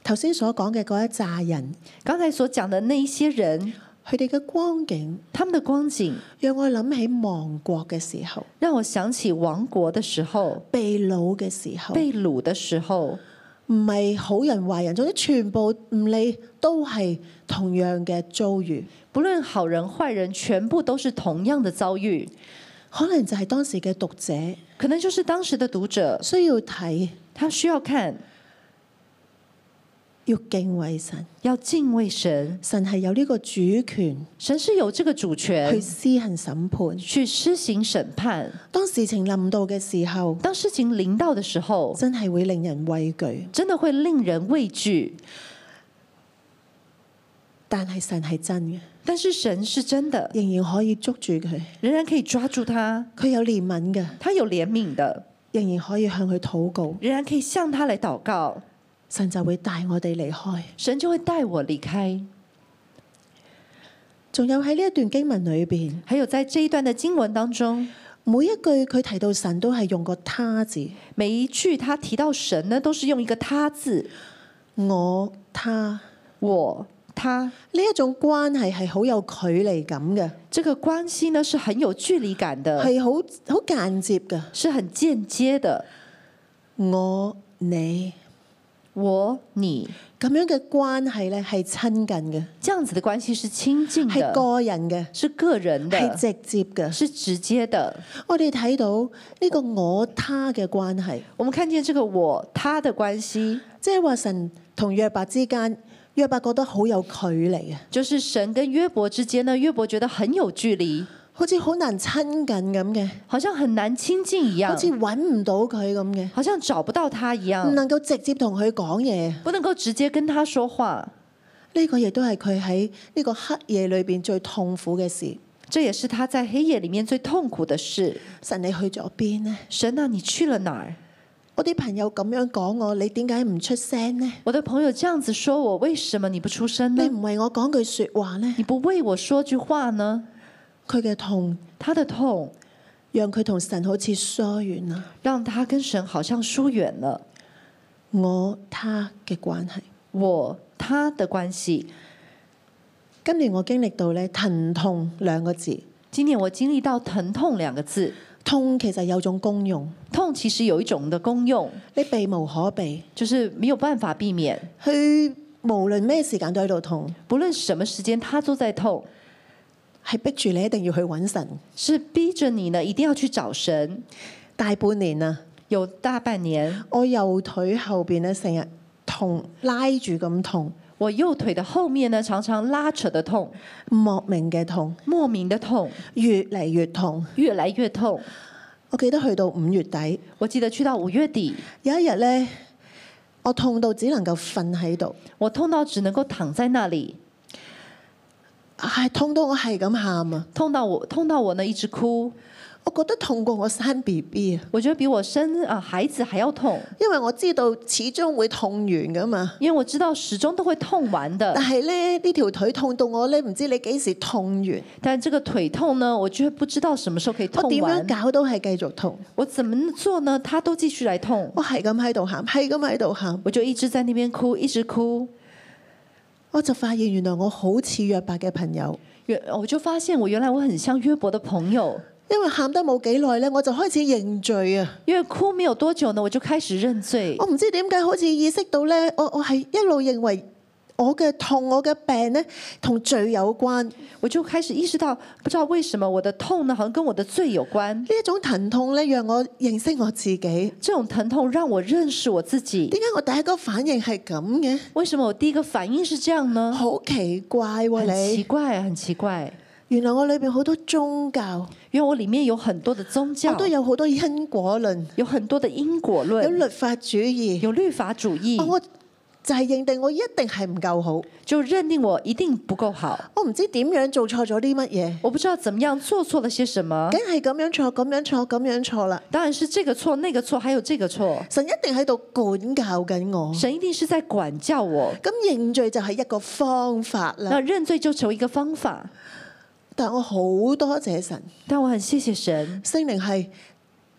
Speaker 2: 頭先所講嘅嗰一扎人，
Speaker 3: 刚才所讲的那一些人，
Speaker 2: 佢哋嘅光景，
Speaker 3: 他们的光景
Speaker 2: 讓我諗起亡國嘅時候，
Speaker 3: 让我想起亡国的时候，
Speaker 2: 被掳嘅時候，
Speaker 3: 被掳的时候，
Speaker 2: 唔係好人壞人，總之全部唔理都係同樣嘅遭遇。
Speaker 3: 不论好人坏人，全部都是同样的遭遇。
Speaker 2: 可能就係當時嘅讀者
Speaker 3: 可能就是当时的读者，
Speaker 2: 需要睇，
Speaker 3: 他需要看，
Speaker 2: 要敬畏神，
Speaker 3: 要敬畏神，
Speaker 2: 神係有呢個主權
Speaker 3: 神是有这个主
Speaker 2: 去
Speaker 3: 权
Speaker 2: 施行審判。
Speaker 3: 去施行审判。
Speaker 2: 當事情臨到嘅時候，
Speaker 3: 当事情临到的时候，
Speaker 2: 真係會令人畏懼。
Speaker 3: 真的会令人畏惧。
Speaker 2: 但係神係真嘅，
Speaker 3: 但是神是真的，
Speaker 2: 仍然可以捉住佢，
Speaker 3: 仍然可以抓住他，
Speaker 2: 佢有憐憫嘅，
Speaker 3: 他有怜悯的，
Speaker 2: 仍然可以向佢禱告，
Speaker 3: 仍然可以向他来祷告，
Speaker 2: 神就會帶我哋離開。
Speaker 3: 神就会带我离开。
Speaker 2: 仲有喺呢一段經文裏邊，
Speaker 3: 还有在这一段的经文当中，
Speaker 2: 每一句佢提到神都係用個他字，
Speaker 3: 每一句他提到神呢，都是用一个他字，
Speaker 2: 我他
Speaker 3: 我他
Speaker 2: 呢一種關係係好有距離感嘅，
Speaker 3: 这个关系呢是很有距离感的，
Speaker 2: 係好好間接嘅。
Speaker 3: 是很间接的。
Speaker 2: 我你
Speaker 3: 我你
Speaker 2: 咁樣嘅關係咧係親近嘅，
Speaker 3: 这样子的关系是亲近
Speaker 2: 係
Speaker 3: 的，
Speaker 2: 個人嘅，
Speaker 3: 是个人
Speaker 2: 係
Speaker 3: 的，
Speaker 2: 直接嘅。
Speaker 3: 是直接的。
Speaker 2: 我哋睇到呢個我他嘅關係，
Speaker 3: 我们看见这个我他的关系，
Speaker 2: 即係話神同約伯之間，約伯覺得好有距離啊，
Speaker 3: 就是神跟约伯之间呢，约伯觉得很有距离，
Speaker 2: 好似好難親近咁嘅，
Speaker 3: 好像很难亲近一样
Speaker 2: 好似，揾唔到佢咁嘅，
Speaker 3: 好像找不到他一
Speaker 2: 唔
Speaker 3: 样，
Speaker 2: 能夠直接同佢講嘢。
Speaker 3: 不能够直接跟他说话。
Speaker 2: 呢、個亦都係佢喺呢個黑夜裏邊最痛苦嘅事。
Speaker 3: 这也是他在黑夜里面最痛苦的事。
Speaker 2: 神你去咗邊呢？
Speaker 3: 神啊，你去了哪儿？
Speaker 2: 我啲朋友咁樣講我，你點解唔出聲呢？
Speaker 3: 我的朋友这样子说我，為什麼你不出聲
Speaker 2: 你
Speaker 3: 呢？
Speaker 2: 唔為我講句説話呢？
Speaker 3: 你不為我說句話呢？
Speaker 2: 佢嘅痛
Speaker 3: 他的痛
Speaker 2: 讓佢同神好似疏遠啊啦，
Speaker 3: 讓他跟神好像疏遠了，
Speaker 2: 我他嘅關係。
Speaker 3: 我他的關係。
Speaker 2: 今年我經歷到咧疼痛兩個字，
Speaker 3: 今年我经歷到疼痛兩個字，
Speaker 2: 痛其實有種功用，
Speaker 3: 痛其實有一種的功用，
Speaker 2: 你避無可避，
Speaker 3: 就是沒有辦法避免，
Speaker 2: 佢無論咩時間都喺度痛，
Speaker 3: 不論什麼時間他都在痛，
Speaker 2: 係逼住你一定要去揾神。
Speaker 3: 是逼着你呢一定要去找神。
Speaker 2: 大半年啦，
Speaker 3: 有大半年，
Speaker 2: 我右腿後邊咧成日痛，拉住咁痛，
Speaker 3: 我右腿的後面呢常常拉扯的痛，
Speaker 2: 莫名嘅痛，
Speaker 3: 莫名的痛，
Speaker 2: 越嚟越痛。
Speaker 3: 越來越痛。
Speaker 2: 我記得去到五月底，
Speaker 3: 我記得去到五月底，
Speaker 2: 有一日咧，我痛到只能夠瞓喺度，
Speaker 3: 我痛到只能夠躺在那裡，
Speaker 2: 係痛到我係咁喊啊！
Speaker 3: 痛到我痛到我呢一直哭，
Speaker 2: 我覺得痛過我生 B B 啊，
Speaker 3: 我覺得比我生啊孩子還要痛，
Speaker 2: 因為我知道始終會痛完噶嘛。
Speaker 3: 因為我知道始終都會痛完的
Speaker 2: 但。係咧，呢條腿痛到我咧，唔知你幾時痛完，
Speaker 3: 但這個腿痛呢，我卻不知道什麼時候可以
Speaker 2: 我
Speaker 3: 痛
Speaker 2: 點
Speaker 3: 完。
Speaker 2: 樣搞都係繼續痛。
Speaker 3: 我怎麼做呢？它都繼續來痛，
Speaker 2: 我係咁喺度喊，係咁喺度喊。
Speaker 3: 我就一直在那邊哭，一直哭。
Speaker 2: 我就發現原來我好似約伯嘅朋友，
Speaker 3: 原我就发现我原來我很像約伯的朋友，
Speaker 2: 因為喊得冇幾耐呢，我就開始認罪啊！
Speaker 3: 因為哭沒有多久呢，我就開始認罪
Speaker 2: 我。唔知點解好似意識到呢，我我係一路認為我嘅痛、我嘅病呢，同罪有關。呢
Speaker 3: 我就開始意識到，不知道為什麼我的痛呢，好像跟我的罪有關。
Speaker 2: 一種疼痛呢，讓我認識我自己。點
Speaker 3: 這種疼痛讓我認識我自己。
Speaker 2: 解我第一個反應係咁嘅？
Speaker 3: 為什麼我第一個反應是這樣呢？
Speaker 2: 好奇怪喎、
Speaker 3: 很奇
Speaker 2: 你！
Speaker 3: 怪，很奇怪。
Speaker 2: 原來我裏邊好多宗教，
Speaker 3: 因為我裡面有很多的宗
Speaker 2: 我
Speaker 3: 教，
Speaker 2: 哦都有好多因果論，
Speaker 3: 有很多的因果
Speaker 2: 有
Speaker 3: 論，
Speaker 2: 律法主義。
Speaker 3: 有律法主義
Speaker 2: 哦，我就係認定我一定係唔夠好。
Speaker 3: 就認定我一定不夠好。
Speaker 2: 我唔知點樣做錯咗啲乜嘢，
Speaker 3: 我不知道怎麼樣做錯了些什麼
Speaker 2: 梗，係咁樣錯、咁樣錯、咁樣錯啦。
Speaker 3: 當然是這個錯、那個錯，還有這個錯。
Speaker 2: 神一定喺度管教緊我。
Speaker 3: 神一定是在管教我。
Speaker 2: 咁認罪就係一個方法
Speaker 3: 那
Speaker 2: 啦。
Speaker 3: 認罪就成為一個方法，
Speaker 2: 但我好多謝神，
Speaker 3: 但我很謝謝神。
Speaker 2: 聖靈係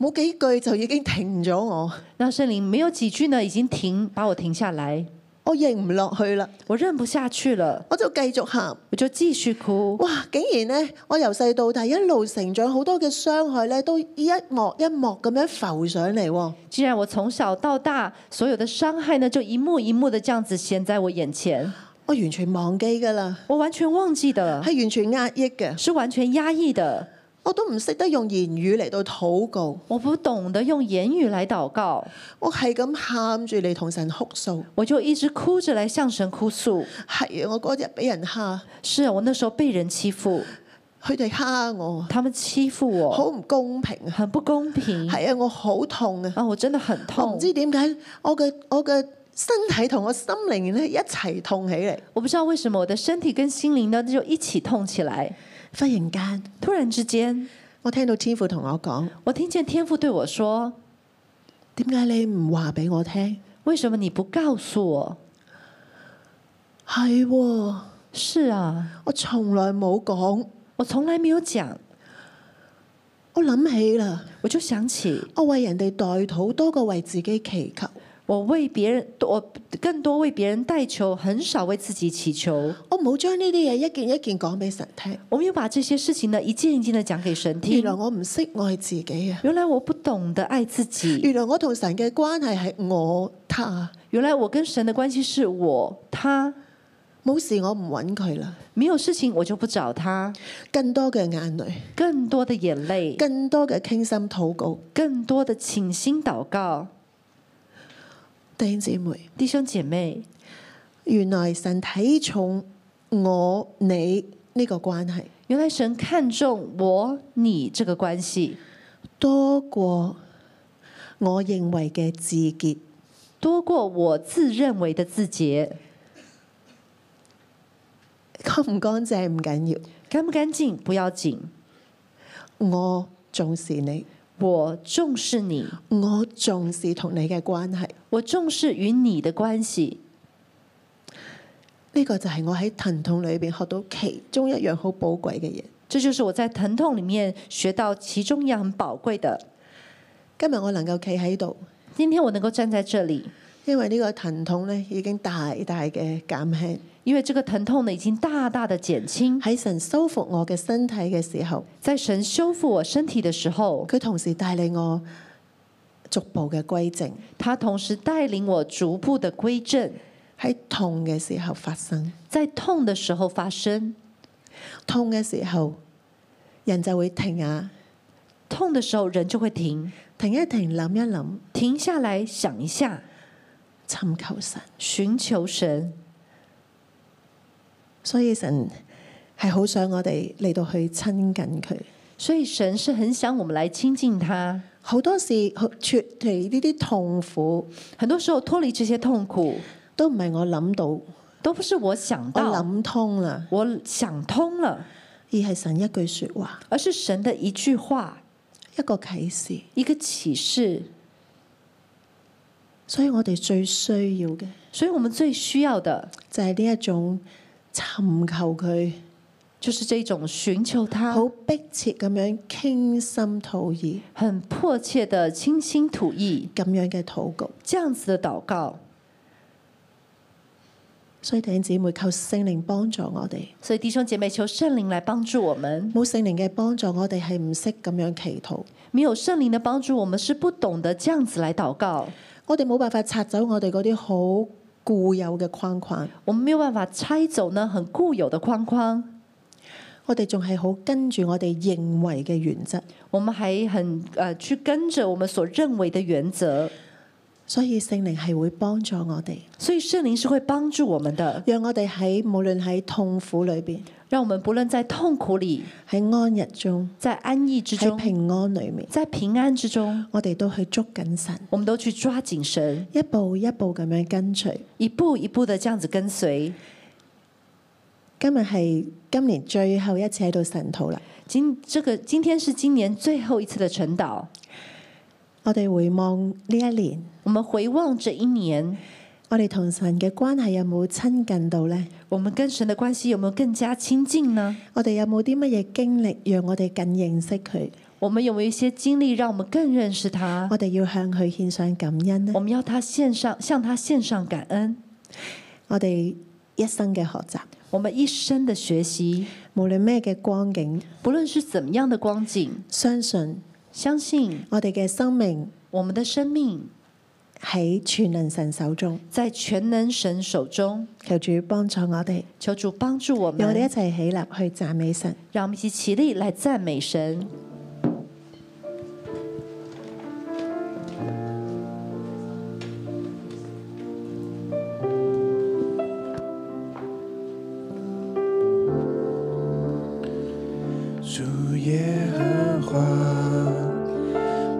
Speaker 2: 冇幾句就已經停咗我，
Speaker 3: 那聖靈沒有幾句呢，已經停，把我停下來，
Speaker 2: 我認唔落去啦，
Speaker 3: 我認不下去了，
Speaker 2: 我就繼續喊。
Speaker 3: 我就繼續哭。
Speaker 2: 哇！竟然呢，我由細到大一路成長，好多嘅傷害呢，都一幕一幕咁樣浮上嚟喎。
Speaker 3: 既然我從小到大所有的傷害呢，就一幕一幕的這樣子顯在我眼前，
Speaker 2: 我完全忘記㗎啦，
Speaker 3: 我完全忘記的，
Speaker 2: 係完全壓抑嘅，
Speaker 3: 是完全壓抑的。
Speaker 2: 我都唔識得用言語嚟到禱告，
Speaker 3: 我不懂得用言語來禱告，
Speaker 2: 我係咁喊住嚟同神哭訴。
Speaker 3: 我就一直哭着來向神哭訴。
Speaker 2: 係啊，我嗰日俾人蝦，
Speaker 3: 是啊，我那時候被人欺負，
Speaker 2: 佢哋蝦我，
Speaker 3: 他們欺負
Speaker 2: 好
Speaker 3: 我，
Speaker 2: 唔公平啊！
Speaker 3: 很不公平
Speaker 2: 係啊，我好痛啊！
Speaker 3: 啊！我真的很
Speaker 2: 我
Speaker 3: 痛
Speaker 2: 唔，知點解我嘅我嘅身體同我心靈咧一齊痛起嚟。
Speaker 3: 我不知道為什麼我的身體跟心靈呢就一起痛起來。
Speaker 2: 忽然間，
Speaker 3: 突然之間，
Speaker 2: 我聽到天父同我講：
Speaker 3: 我聽見天父對我說
Speaker 2: 點解你唔話俾我聽？：“
Speaker 3: 為什麼你不告訴我
Speaker 2: 係喎，？”
Speaker 3: 是啊，
Speaker 2: 我從來冇講。
Speaker 3: 我從來沒有講，
Speaker 2: 我諗起啦，
Speaker 3: 我就想起
Speaker 2: 我為人哋代禱多過為自己祈求。
Speaker 3: 我為別人，我更多為別人代求，很少為自己祈求。
Speaker 2: 我冇將呢啲嘢一件一件講俾神聽。
Speaker 3: 我們要把這些事情呢一件一件的講給神聽
Speaker 2: 原。來我唔識愛自己啊！
Speaker 3: 原來我不懂得愛自己，
Speaker 2: 原來我同神嘅關係係我他，
Speaker 3: 原來我跟神的關係是我他，
Speaker 2: 冇事我唔揾佢啦。
Speaker 3: 沒有事情我就不找他。
Speaker 2: 更多嘅眼淚，
Speaker 3: 更多的眼淚，
Speaker 2: 更多嘅傾心禱告，
Speaker 3: 更多的傾心禱告，
Speaker 2: 弟兄姊妹，
Speaker 3: 弟兄姐妹，
Speaker 2: 原來神睇重我你呢個關係
Speaker 3: 原來神看重我你這個關係
Speaker 2: 多過我認為嘅自 潔。
Speaker 3: 多過我自認為的自潔，
Speaker 2: 乾唔乾淨唔緊要，
Speaker 3: 乾不乾淨不要緊，
Speaker 2: 我重視你，
Speaker 3: 我重視你，
Speaker 2: 我重視同你嘅關係。
Speaker 3: 我重視與你的關係。
Speaker 2: 呢、個就係我喺疼痛裏邊學到其中一樣好寶貴嘅嘢。
Speaker 3: 這就是我在疼痛裡面學到其中一樣很寶貴的。
Speaker 2: 今日我能夠企喺度，
Speaker 3: 今天我能夠站在這裡。
Speaker 2: 因為呢個疼痛咧已經大大嘅減輕。
Speaker 3: 因為這個疼痛呢，已經大大的減輕。
Speaker 2: 喺神修復我嘅身體嘅時候，
Speaker 3: 在神修復我身體的時候，
Speaker 2: 佢同時帶領我逐步嘅歸正，
Speaker 3: 他同時帶領我逐步的歸正，
Speaker 2: 喺痛嘅時候發生，
Speaker 3: 在痛的時候發生，
Speaker 2: 痛嘅時候人就會停下，
Speaker 3: 痛的時候人就會停，
Speaker 2: 停一停，諗一諗，
Speaker 3: 停下來想一下，
Speaker 2: 尋求神。
Speaker 3: 尋求神。
Speaker 2: 所以神係好想我哋嚟到去親近佢。
Speaker 3: 所以神是很想我們來親近他。
Speaker 2: 好多時去脱離呢啲痛苦，
Speaker 3: 很多時候脫離這些痛苦，
Speaker 2: 都唔係我諗到，我
Speaker 3: 都不是我想到，
Speaker 2: 諗通啦，
Speaker 3: 我想通了，
Speaker 2: 而係神一句説話，
Speaker 3: 而是神的一句話，
Speaker 2: 一個啟示。
Speaker 3: 一個啟示。
Speaker 2: 所以我哋最需要嘅
Speaker 3: 所以我們最需要的
Speaker 2: 就係呢一種尋求佢，
Speaker 3: 就是這種尋求他。
Speaker 2: 好迫切咁樣傾心吐意
Speaker 3: 很迫切的傾心吐意，
Speaker 2: 咁樣嘅禱告。
Speaker 3: 這樣子的禱告，
Speaker 2: 所以弟兄姊妹靠聖靈幫助我哋，
Speaker 3: 所以弟兄姐妹，求圣灵来帮助我们。
Speaker 2: 冇聖靈嘅幫助，我哋係唔識咁樣祈禱，
Speaker 3: 没有圣灵的帮助，我们是不懂得这样子来祷告。
Speaker 2: 我哋冇辦法拆走我哋嗰啲好固有嘅框框，
Speaker 3: 我们没有办法拆走呢很固有的框框，
Speaker 2: 我哋仲係好跟住我哋認為嘅原則，
Speaker 3: 我们还很呃去跟着我们所认为的原则。
Speaker 2: 所以聖靈係會幫助我哋，
Speaker 3: 所以圣灵是会帮助我们的，
Speaker 2: 讓我哋喺無論喺痛苦裏邊，
Speaker 3: 让我们不论在痛苦里，
Speaker 2: 喺安逸中，
Speaker 3: 在安逸之
Speaker 2: 喺
Speaker 3: 中，
Speaker 2: 平安裏面，
Speaker 3: 在平安之中，
Speaker 2: 我哋都去捉緊神，
Speaker 3: 我们都去抓紧神，
Speaker 2: 一步一步咁樣跟隨。
Speaker 3: 一步一步的这样子跟随。
Speaker 2: 今日係今年最後一次喺度神討啦，
Speaker 3: 今这个今天是今年最后一次的晨祷，
Speaker 2: 我哋回望呢一年。
Speaker 3: 我们回望这一年，
Speaker 2: 我哋同神嘅關係有冇親近到呢？
Speaker 3: 我们跟神的关系有没有更加亲近呢？
Speaker 2: 我哋有冇啲乜嘢經歷讓我哋更認識佢？
Speaker 3: 我们有没有一些经历让我们更认识他？
Speaker 2: 我哋要向佢獻上感恩呢
Speaker 3: 我？们要他献上，向他献上感恩。
Speaker 2: 我哋一生嘅學習，
Speaker 3: 我们一生的学习，
Speaker 2: 無論咩嘅光景，
Speaker 3: 不论是怎么样的光景，
Speaker 2: 相信
Speaker 3: 相信
Speaker 2: 我哋嘅生命
Speaker 3: 我们的生命
Speaker 2: 喺全能神手中。
Speaker 3: 在全能神手中。
Speaker 2: 求主幫助我哋，
Speaker 3: 求主帮助我
Speaker 2: 讓我哋一
Speaker 3: 们，
Speaker 2: 齊起立去讚美神。
Speaker 3: 让我们一起起立来赞美神。
Speaker 4: 主耶和华，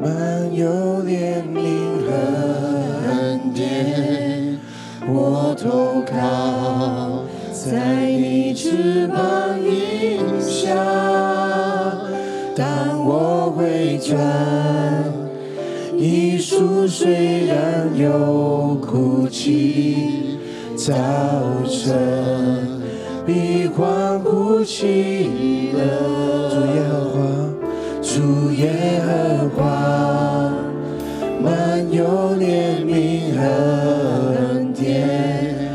Speaker 4: 满有怜悯和恩典，我投靠在你翅膀荫下。当我回转，一树虽然有哭泣，早晨必欢呼喜乐。主耶和华，主耶和华，满有怜悯和恩典，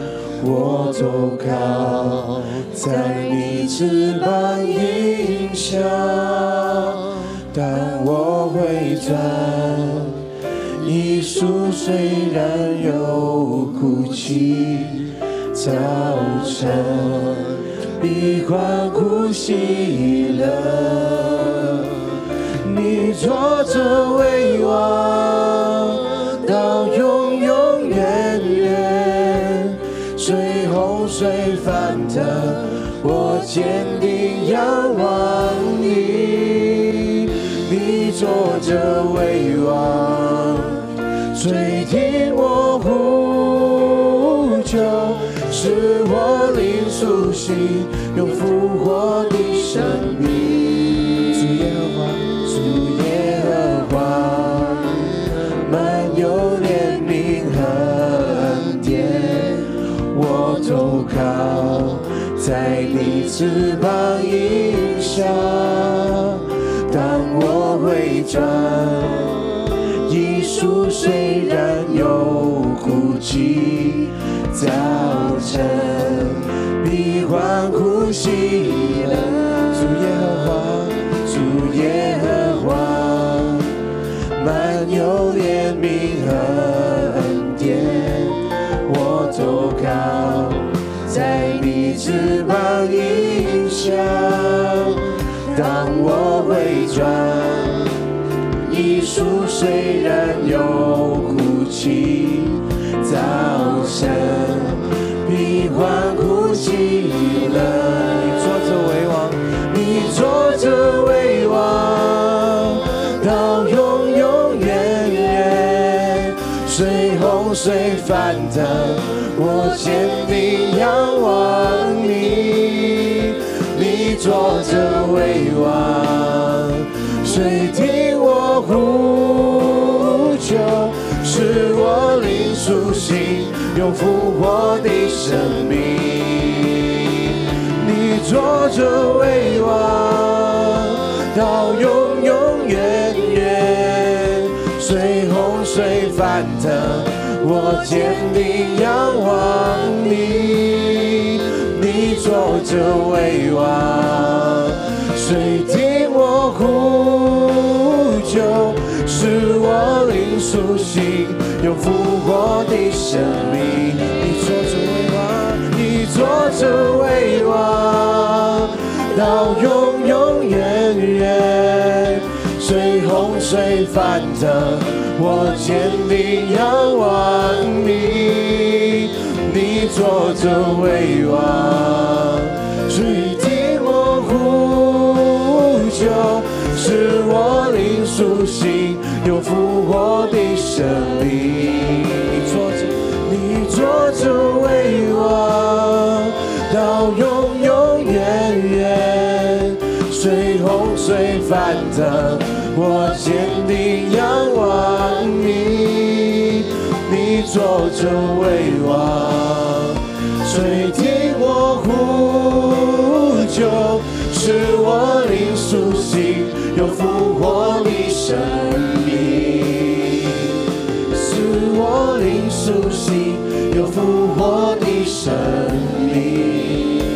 Speaker 4: 我投靠在你翅膀荫下。当我回转。一树虽然有哭泣，早晨必欢呼喜乐。你坐着为王，到永永远远，随洪水翻腾，我坚定仰望你。你坐着为王，垂听我呼求，使我灵苏醒，有复活的生命。主耶和华，主耶和华，满有怜悯和恩典，我投靠在你翅膀荫下。当我回转，一树虽然有哭泣，早晨必欢呼喜乐。主耶和华，主耶和华。满有怜悯和恩典，我投靠在你翅膀荫下。当我回转，一树虽然有哭泣，早晨必欢呼喜乐。你坐着为王，你坐着为王，到永永远远。随洪水翻腾，我坚定仰望你，你坐着为王，谁听我呼求，使我灵苏醒，有复活的生命。你坐着为王，到永永远远，随洪水翻腾，我坚定仰望你，你坐着为王，谁听我呼救？是我灵苏醒，有复活的生命。你坐着为王，你坐着为王，到永永远远。随洪水翻腾，我坚定仰望你，你坐着为王，谁听我呼救，是我灵苏醒，有复活的生命。你坐着，你坐着为王，到永永远远。随洪水翻腾，我坚定仰望你，你坐着为王，谁听我呼救？是我灵苏醒，有复活的生命。是我灵苏醒，有复活的生命。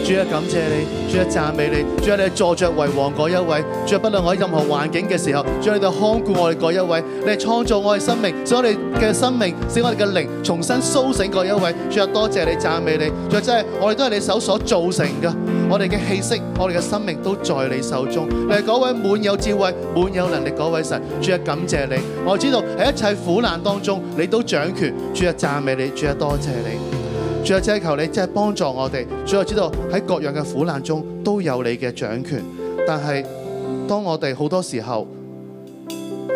Speaker 5: 主啊，感謝你，主啊，讚美你，主啊，你係坐着為王嗰一位，主啊，不論我喺任何環境嘅時候，主啊，你就看顧我哋嗰一位，你係創造我哋生命，使我哋嘅生命，使我哋嘅靈重新甦醒嗰一位，主啊，多謝你，讚美你，主啊，真係我哋都係你手所造成嘅，我哋嘅氣息，我哋嘅生命都在你手中，你係嗰位滿有智慧、滿有能力嗰位神，主啊，感謝你，我知道喺一切苦難當中，你都掌權，主啊，讚美你，主啊，多謝你。主啊，真係求你真係幫助我哋。主啊，知道喺各樣嘅苦難中都有你嘅掌權，但係當我哋好多時候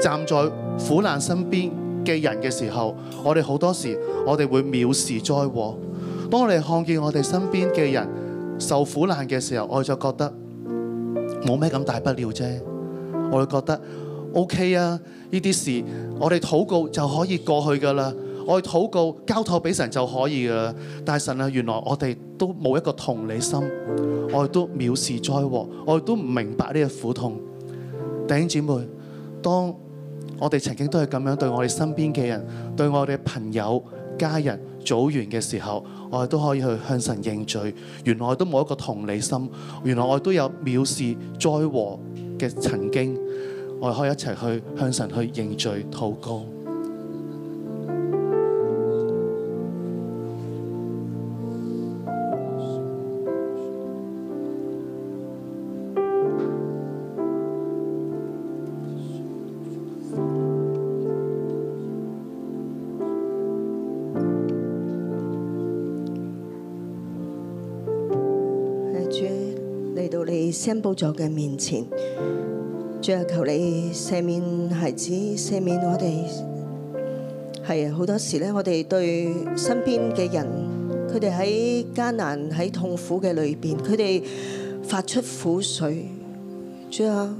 Speaker 5: 站在苦難身邊嘅人嘅時候，我哋好多時我哋會藐視災禍。當我哋看見我哋身邊嘅人受苦難嘅時候，我哋就覺得冇咩咁大不了啫。我哋覺得 OK 啊，呢啲事我哋禱告就可以過去噶啦，我哋禱告交託俾神就可以噶啦。但係神啊，原來我哋都冇一個同理心，我哋都藐視災禍，我哋都唔明白呢個苦痛。弟兄姊妹，當我哋曾經都係咁樣對我哋身邊嘅人、對我哋朋友、家人、組員嘅時候，我哋都可以去向神認罪。原來我都冇一個同理心，原來我都有藐視災禍嘅曾經。我哋可以一齊去向神去認罪禱告。
Speaker 6: 主嚟到你申報咗嘅面前，主啊，求你赦免孩子，赦免我哋。係啊，好多時咧，我哋對身邊嘅人，佢哋喺艱難、喺痛苦嘅裏邊，佢哋發出苦水。主啊，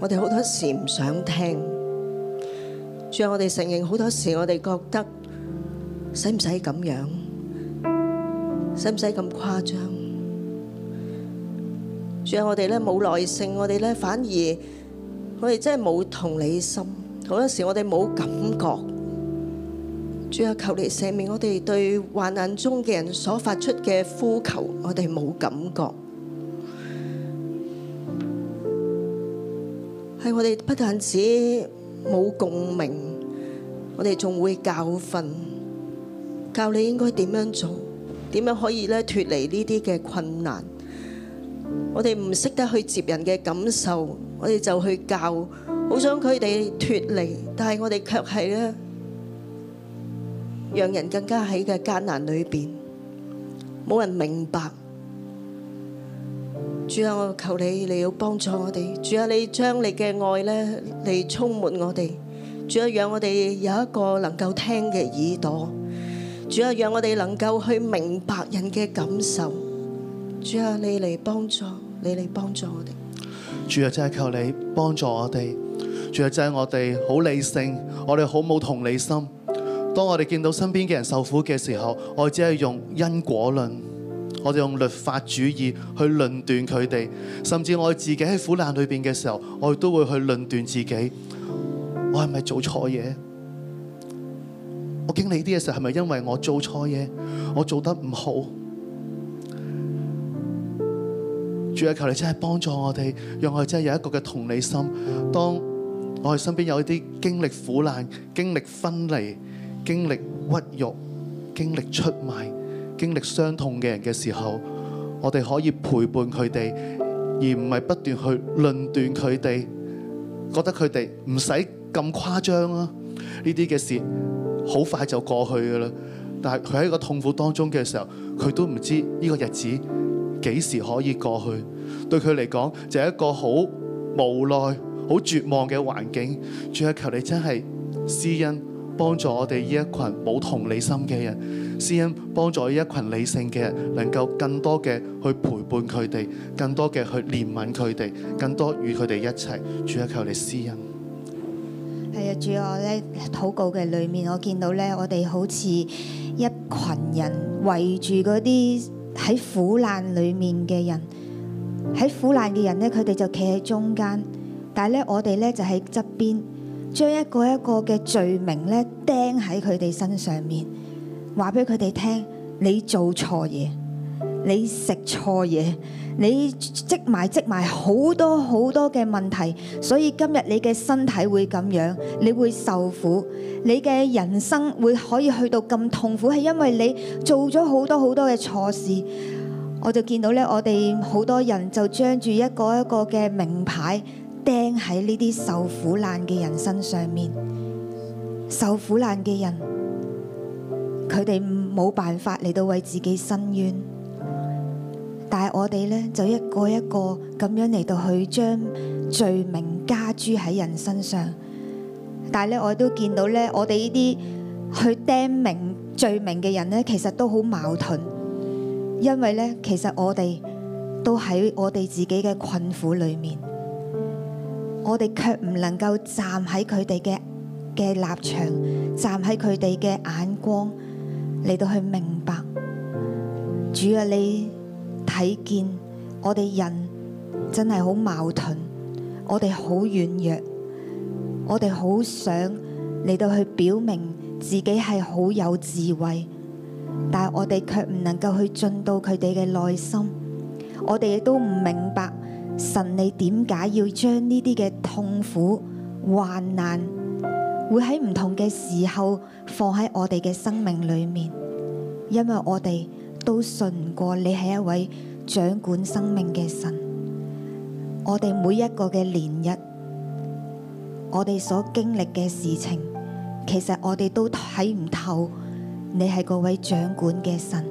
Speaker 6: 我哋好多時唔想聽。主啊，我哋承認好多時，我哋覺得使唔使咁樣，使唔使咁誇張？主啊，我哋咧冇耐性，我哋咧反而我哋真係冇同理心，好多時我哋冇感覺。主啊，求你赦免我哋對患難中嘅人所發出嘅呼求，我哋冇感覺。係我哋不但止冇共鳴，我哋仲會教訓，教你應該點樣做，點樣可以咧脱離呢啲嘅困難。我哋唔識得去接人嘅感受，我哋就去教，好想佢哋脱離，但係我哋卻係咧，讓人更加喺嘅艱難裏邊，冇人明白。主啊，我求你，你要幫助我哋。主啊，你將你嘅愛咧嚟充滿我哋。主啊，讓我哋有一個能夠聽嘅耳朵。主啊，讓我哋能夠去明白人嘅感受。主啊，你嚟幫助，你嚟幫助我哋。
Speaker 5: 主啊，真係求你幫助我哋。主啊，真係我哋好理性，我哋好冇同理心。當我哋見到身邊嘅人受苦嘅時候，我哋只係用因果論，我哋用律法主義去論斷佢哋，甚至我哋自己喺苦難裏邊嘅時候，我哋都會去論斷自己，我係咪做錯嘢？我經歷呢啲嘅時候，係咪因為我做錯嘢，我做得唔好？主啊，求你真係幫助我哋，讓我哋真係有一個嘅同理心。當我哋身邊有一啲經歷苦難、經歷分離、經歷屈辱、經歷出賣、經歷傷痛嘅人嘅時候，我哋可以陪伴佢哋，而唔係不斷去論斷佢哋，覺得佢哋唔使咁誇張啊！呢啲嘅事好快就過去噶啦。但係佢喺個痛苦當中嘅時候，佢都唔知呢個日子幾時可以過去。對佢嚟講，就係一個好無奈、好絕望嘅環境。主啊，求你真係施恩幫助我哋呢一群冇同理心嘅人，施恩幫助呢一群理性嘅人，能夠更多嘅去陪伴佢哋，更多嘅去憐憫佢哋，更多與佢哋一齊。主啊，求你施恩。
Speaker 7: 係啊，主我咧禱告嘅裏面，我見到咧，我哋好似一群人圍住嗰啲喺苦難裏面嘅人，喺苦難嘅人咧，佢哋就企喺中間，但係咧，我哋咧就喺側邊，將一個一個嘅罪名咧釘喺佢哋身上面，話俾佢哋聽：你做錯嘢，你食錯嘢。你積埋積埋好多好多嘅問題，所以今日你嘅身體會咁樣，你會受苦，你嘅人生會可以去到咁痛苦，係因為你做咗好多好多嘅錯事。我就見到咧，我哋好多人就將住一個一個嘅名牌釘喺呢啲受苦難嘅人身上面，受苦難嘅人，佢哋冇辦法嚟到為自己申冤。但係我哋呢，就一個一個咁樣嚟到去將罪名加諸喺人身上。但係呢，我都見到呢，我哋呢啲去釘名罪名嘅人呢，其實都好矛盾，因為呢，其實我哋都喺我哋自己嘅困苦裏面，我哋卻唔能夠站喺佢哋嘅嘅立場，站喺佢哋嘅眼光嚟到去明白，主啊你。睇見我哋人真係好矛盾，我哋好軟弱，我哋好想嚟到去表明自己係好有智慧，但係我哋卻唔能夠去進到佢哋嘅內心，我哋亦都唔明白神你點解要將呢啲嘅痛苦患難會喺唔同嘅時候放喺我哋嘅生命裏面，因為我哋。都信唔過你係一位掌管生命嘅神。我哋每一個嘅年日，我哋所經歷嘅事情，其實我哋都睇唔透你係嗰位掌管嘅神，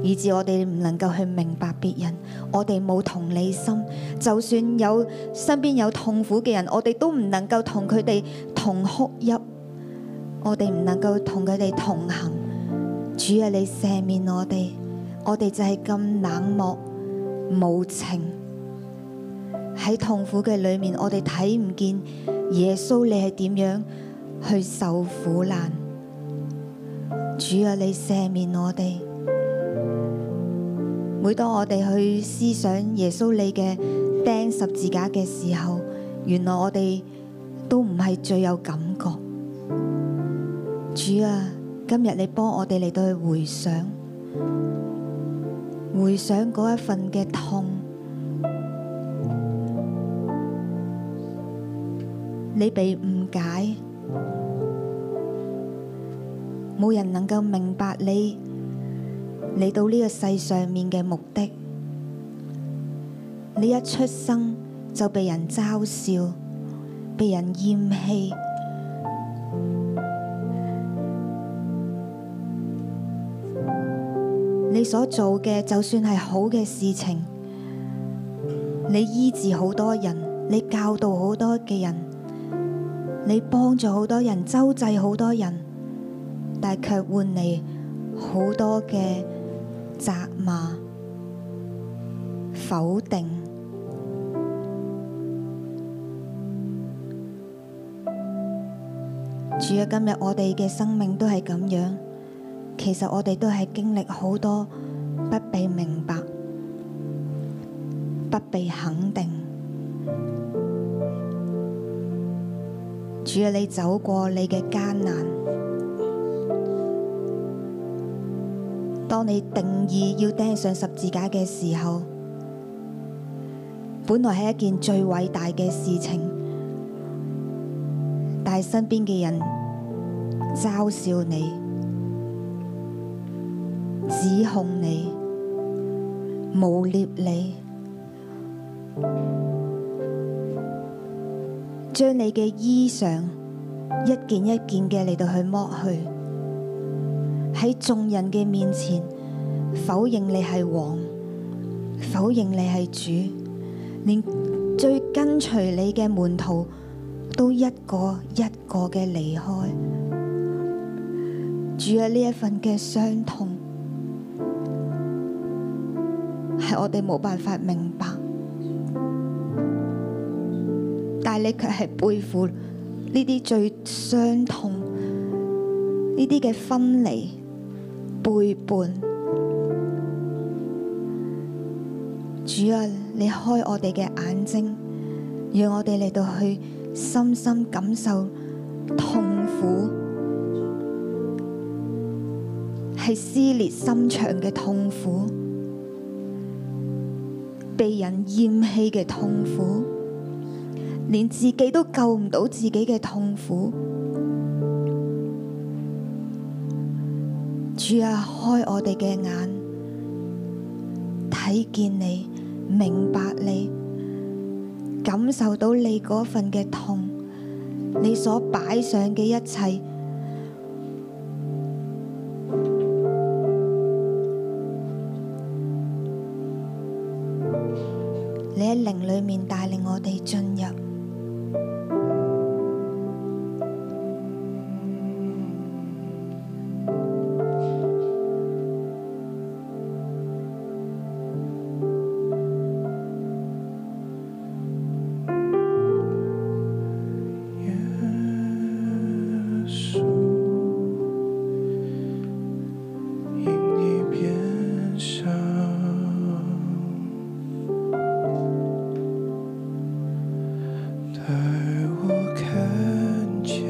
Speaker 7: 以致我哋唔能夠去明白別人，我哋冇同理心。就算有身邊有痛苦嘅人，我哋都唔能夠同佢哋同哭泣，我哋唔能夠同佢哋同行。主啊，你赦免我哋，我哋就係咁冷漠無情，喺痛苦嘅裏面，我哋睇唔見耶穌你係點樣去受苦難。主啊，你赦免我哋。每當我哋去思想耶穌你嘅釘十字架嘅時候，原來我哋都唔係最有感覺。主啊！今日你幫我哋嚟到去回想，回想嗰一份嘅痛，你被誤解，冇人能夠明白你嚟到呢個世上面嘅目的。你一出生就被人嘲笑，被人厭棄。你所做嘅就算係好嘅事情，你醫治好多人，你教導好多嘅人，你幫助好多人，周濟好多人，但係卻換嚟好多嘅責罵、否定。主啊，今日我哋嘅生命都係咁樣。其實我哋都係經歷好多不被明白、不被肯定。主啊，你走過你嘅艱難，當你定義要釘上十字架嘅時候，本來係一件最偉大嘅事情，但係身邊嘅人嘲笑你、指控你、污蔑你，將你嘅衣裳一件一件嘅嚟到去剝去。喺眾人嘅面前否認你係王，否認你係主，連最跟隨你嘅門徒都一個一個嘅離開。主啊，呢一份嘅傷痛係我哋冇辦法明白，但係你卻係背負呢啲最傷痛。呢啲嘅分離、背叛，主啊，你開我哋嘅眼睛，讓我哋嚟到去深深感受痛苦，係撕裂心腸嘅痛苦，被人厭棄嘅痛苦，連自己都救唔到自己嘅痛苦。主啊，開我哋嘅眼，睇見你，明白你，感受到你嗰份嘅痛，你所擺上嘅一切，你喺靈裏面帶領我哋進入。
Speaker 4: 因你变少，带我看见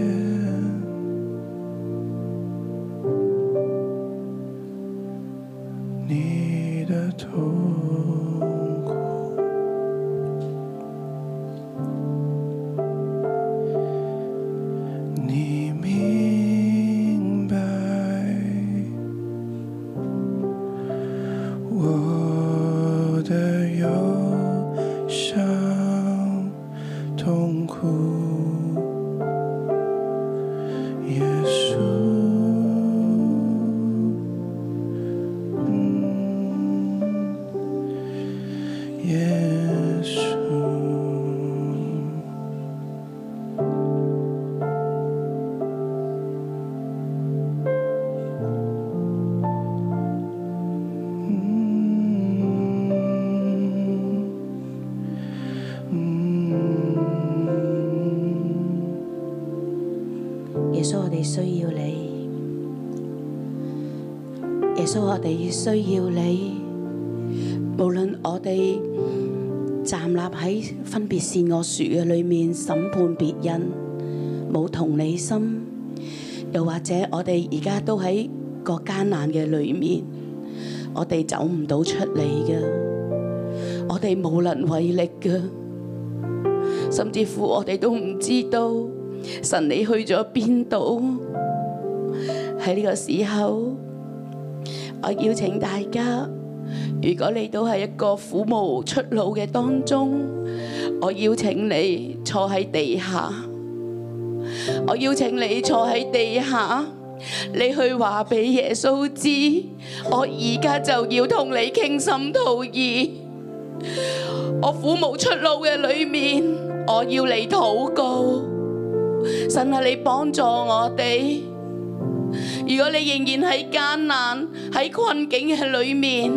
Speaker 4: 你的痛苦，你明白。我的忧伤、痛苦，耶稣，嗯耶稣，嗯。
Speaker 8: 耶穌，我哋需要你。耶穌，我哋需要你。無論我哋站立喺分別善惡樹嘅裏面審判別人，冇同理心，又或者我哋而家都喺個艱難嘅裏面，我哋走唔到出嚟嘅，我哋無能為力嘅，甚至乎我哋都唔知道。神你去咗邊度？喺呢個時候，我邀請大家，如果你都係一個苦無出路嘅當中，我邀請你坐喺地下，我邀請你坐喺地下。你去話俾耶穌知，我而家就要同你傾心吐意，我苦無出路嘅裏面，我要你禱告。神啊，你幫助我哋。如果你仍然喺艱難、喺困境嘅裏面，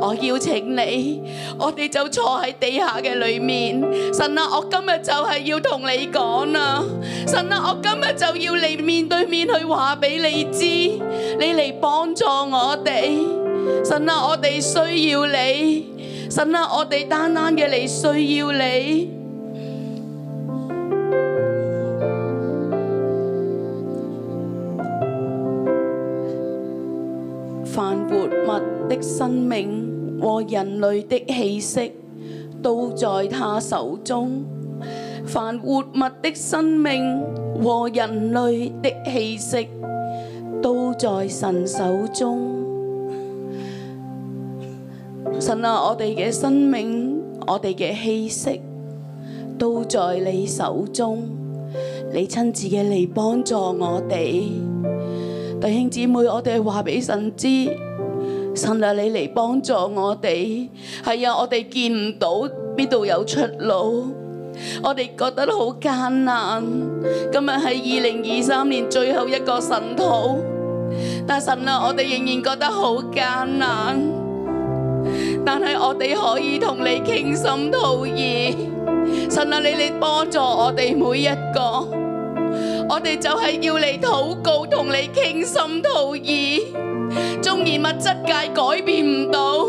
Speaker 8: 我邀請你，我哋就坐喺地下嘅裏面。神啊，我今日就係要同你講啊！神啊，我今日就要你面對面去話俾你知，你嚟幫助我哋。神啊，我哋需要你。神啊，我哋單單嘅嚟需要你。父凡活物的生命和人類的氣息都在他手中。凡活物的生命和人類的氣息都在神手中。神啊，我哋嘅生命，我哋嘅氣息都在你手中，你親自嘅嚟幫助我哋。弟兄姊妹，我哋話俾神知，神啊，你嚟幫助我哋。係啊，我哋見唔到邊度有出路，我哋覺得好艱難。今日係二零二三年最後一個神土，但神啊，我哋仍然覺得好艱難。但係我哋可以同你傾心吐意，神啊，你嚟幫助我哋每一個。我哋就係要嚟禱告，同你傾心吐意。縱然物質界改變唔到，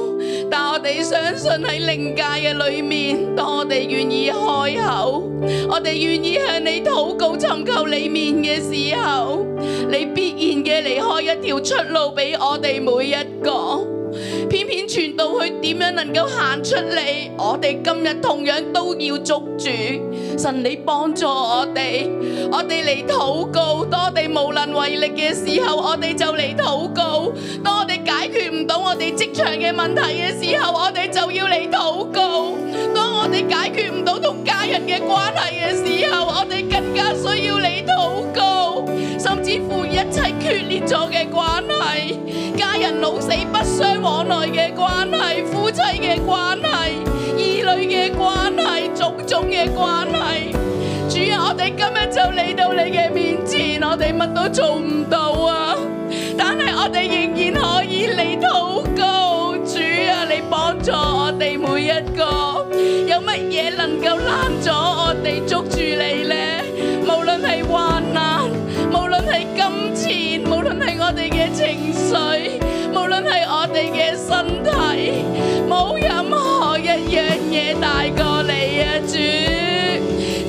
Speaker 8: 但我哋相信喺靈界嘅裏面，當我哋願意開口，我哋願意向你禱告，尋求你面嘅時候，你必然嘅嚟開一條出路俾我哋每一個。偏偏傳到去點樣能夠行出嚟，我哋今日同樣都要捉住神，你幫助我哋，我哋嚟禱告。當我哋無能為力嘅時候，我哋就嚟禱告；當我哋解決唔到我哋職場嘅問題嘅時候，我哋就要嚟禱告；當我哋解決唔到同家人嘅關係嘅時候，我哋更加需要你禱告，甚至乎一切決裂咗嘅關係。家人老死不相往來嘅關係、夫妻嘅關係、兒女嘅關係、種種嘅關係。主啊，我哋今日就嚟到你嘅面前，我哋乜都做唔到啊，但係我哋仍然可以嚟禱告。主啊，你幫助我哋每一個，有乜嘢能夠攔阻我哋捉住你呢？無論係患難，無論係金錢，無論係我哋嘅情緒，無論係我哋嘅身體，冇任何一樣嘢大過你啊！主，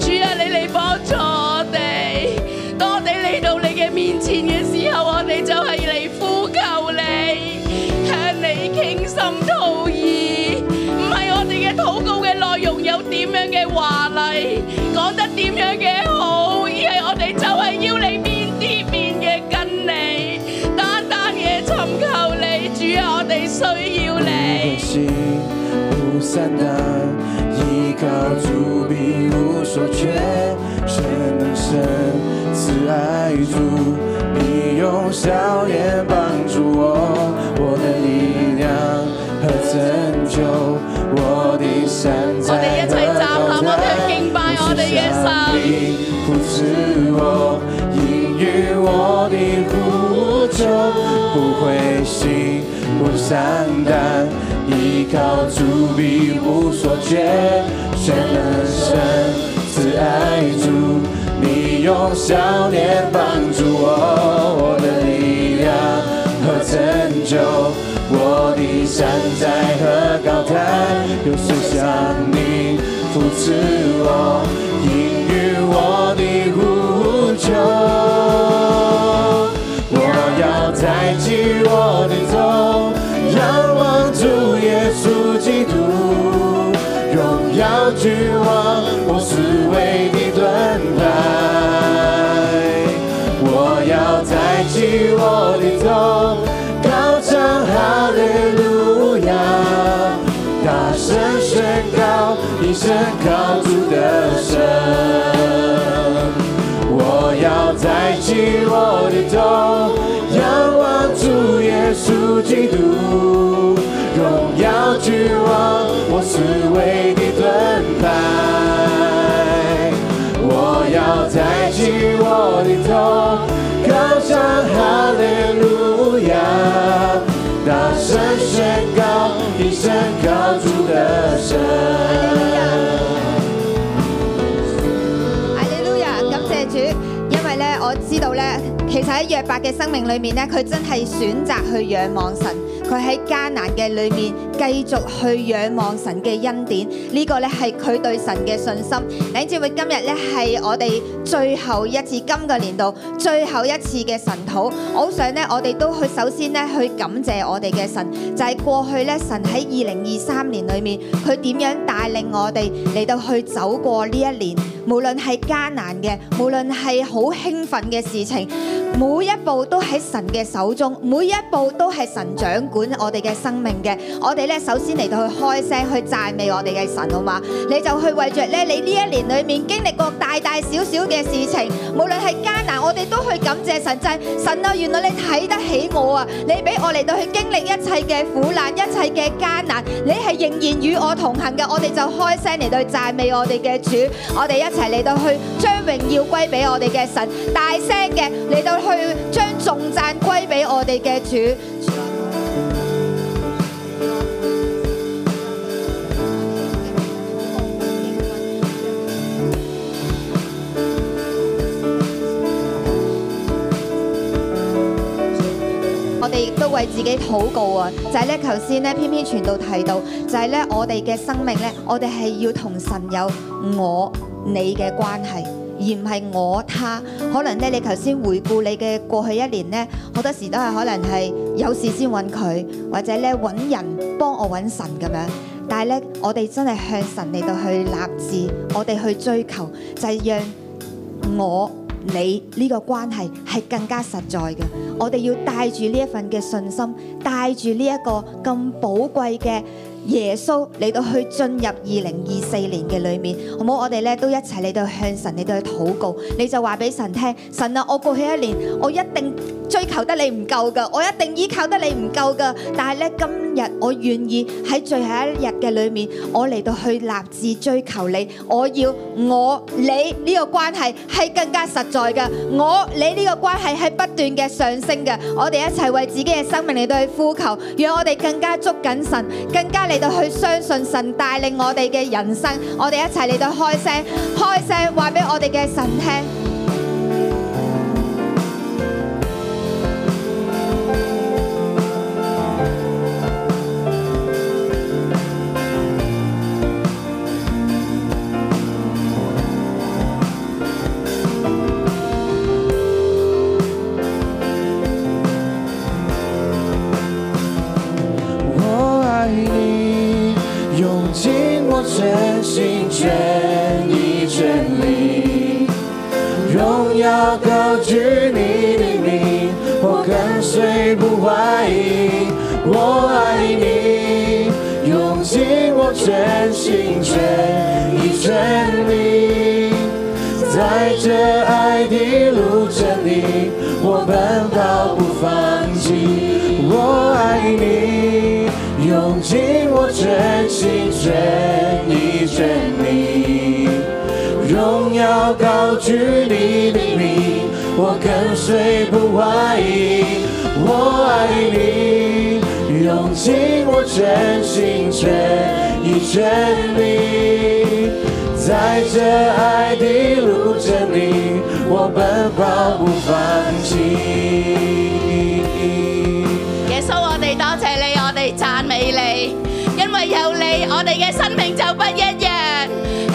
Speaker 8: 主啊，你嚟幫助我哋。當我哋嚟到你嘅面前嘅時候，我哋就係嚟呼求你，向你傾心吐意。唔係我哋嘅禱告嘅內容有點樣嘅華麗，講得點樣嘅好，而係我哋就係要你面貼面嘅跟你，單單嘅尋求你，主啊，我哋需要你。
Speaker 4: 心不散淡，依靠主必无所缺，全能神慈爱主，必用笑脸帮助我，我的力量和拯救，我的山寨和高台，扶持我，应允我的呼求，不灰心，不散淡，依靠主必无所缺，全能神慈爱主，你用笑脸帮助我，我的力量和拯救，我的山寨和高台，有谁像你扶持我，应允我的呼求？我要抬起我的头，仰望主耶稣基督，荣耀君王，我是为你盾牌。我要抬起我的头，高唱哈利路亚，大声宣告，一生靠主的神。我要抬起我的头，仰望主耶稣基督，荣耀君王，我是为你盾牌。我要抬起我的头，高唱哈利路亚，大声宣告，一生靠主的神。
Speaker 9: 阿利路亞，感謝主，因為咧我知道咧，其實喺約伯嘅生命裏面咧，佢真係選擇去仰望神，
Speaker 7: 佢喺艱難嘅裏面繼續去仰望神嘅恩典，呢、個咧係佢對神嘅信心。領姊妹今日咧係我哋最後一次今個年度最後一次嘅神土，我好想咧我哋都去首先咧去感謝我哋嘅神，就係、過去咧神喺二零二三年裏面佢點樣帶領我哋嚟到去走過呢一年，無論係艱難嘅，無論係好興奮嘅事情。每一步都喺神嘅手中，每一步都係神掌管我哋嘅生命嘅。我哋咧首先嚟到去開聲去讚美我哋嘅神，好嘛？你就去為着咧你呢一年裏面經歷過大大小小嘅事情，無論係艱難，我哋都去感謝神，就係、神啊！原來你睇得起我啊！你俾我嚟到去經歷一切嘅苦難，一切嘅艱難，你係仍然與我同行嘅。我哋就開聲嚟到去讚美我哋嘅主，我哋一齊嚟到去將榮耀歸俾我哋嘅神，大聲嘅嚟到去將重讚歸俾我哋嘅主。我哋亦都為自己禱告啊！就係咧，頭先咧，偏偏傳道提到，就係咧，我哋嘅生命咧，我哋係要同神有我你嘅關係，而唔係我他。可能咧，你頭先回顧你嘅過去一年咧，好多時都係可能係有事先揾佢，或者咧揾人幫我揾神咁樣。但係咧，我哋真係向神嚟到去立志，我哋去追求，就係讓我你呢個關係係更加實在嘅。我哋要帶住呢一份嘅信心，帶住呢一個咁寶貴嘅耶穌嚟到去進入二零二四年嘅裏面，好唔好？我哋咧都一齊嚟到向神嚟到去禱告，你就話俾神聽，神啊，我過去一年我一定追求得你唔夠噶，我一定依靠得你唔夠噶，但係咧今日我願意喺最後一日嘅裏面，我嚟到去立志追求你，我要我你呢個關係係更加實在嘅，我你呢個關係係不斷嘅上升嘅，我哋一齊為自己嘅生命嚟到去呼求，讓我哋更加捉緊神，更加嚟到去相信神帶領我哋嘅人生，我哋一齊嚟到開聲，開聲話俾我哋嘅神聽。
Speaker 4: 我爱你，用尽我全心全意全力，荣耀高举你的名，我跟随不怀疑。我爱你，用尽我全心全意全力，在这爱的路程里，我奔跑不放弃。我爱你，用尽我全心全意全力，荣耀高举你的名，我跟随不怀疑。我爱你，用尽我全心全意全力，在这爱的路程里，我奔跑不放弃。
Speaker 8: 耶稣，我哋多谢你，我哋赞美你，因为有你，我哋嘅生命就不一样。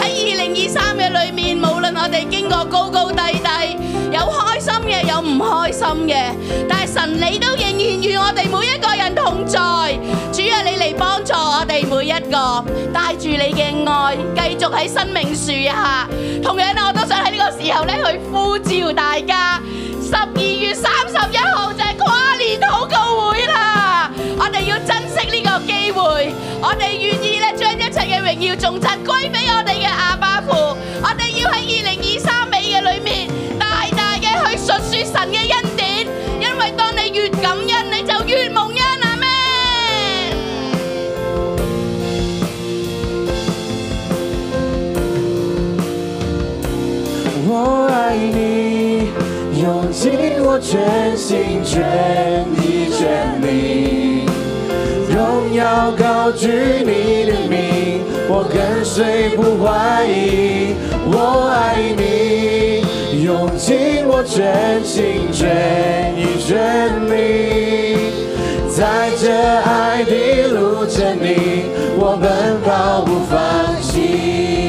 Speaker 8: 喺二零二三嘅里面，无论我哋经过高高低低，有开心嘅，有唔开心嘅，但系神你都仍然与我哋每一个人同在。主啊，你嚟帮助我哋每一个，带住你嘅爱，继续喺生命树下。同样啊咧，我都想喺呢个时候咧去呼召大家。十二月三十一號就係跨年禱告會啦！我哋要珍惜呢個機會，我哋願意咧將一切嘅榮耀重贈歸俾我哋嘅阿爸父。我哋要喺二零二三尾嘅裏面，大大嘅去述説神嘅恩典，因為當你越感恩，你就越蒙恩啊！咩？
Speaker 4: 我爱你，用尽我全心全意全力，荣耀高举你的名，我跟随不怀疑。我爱你，用尽我全心全意全力。在这爱的路程里，我奔跑不放弃。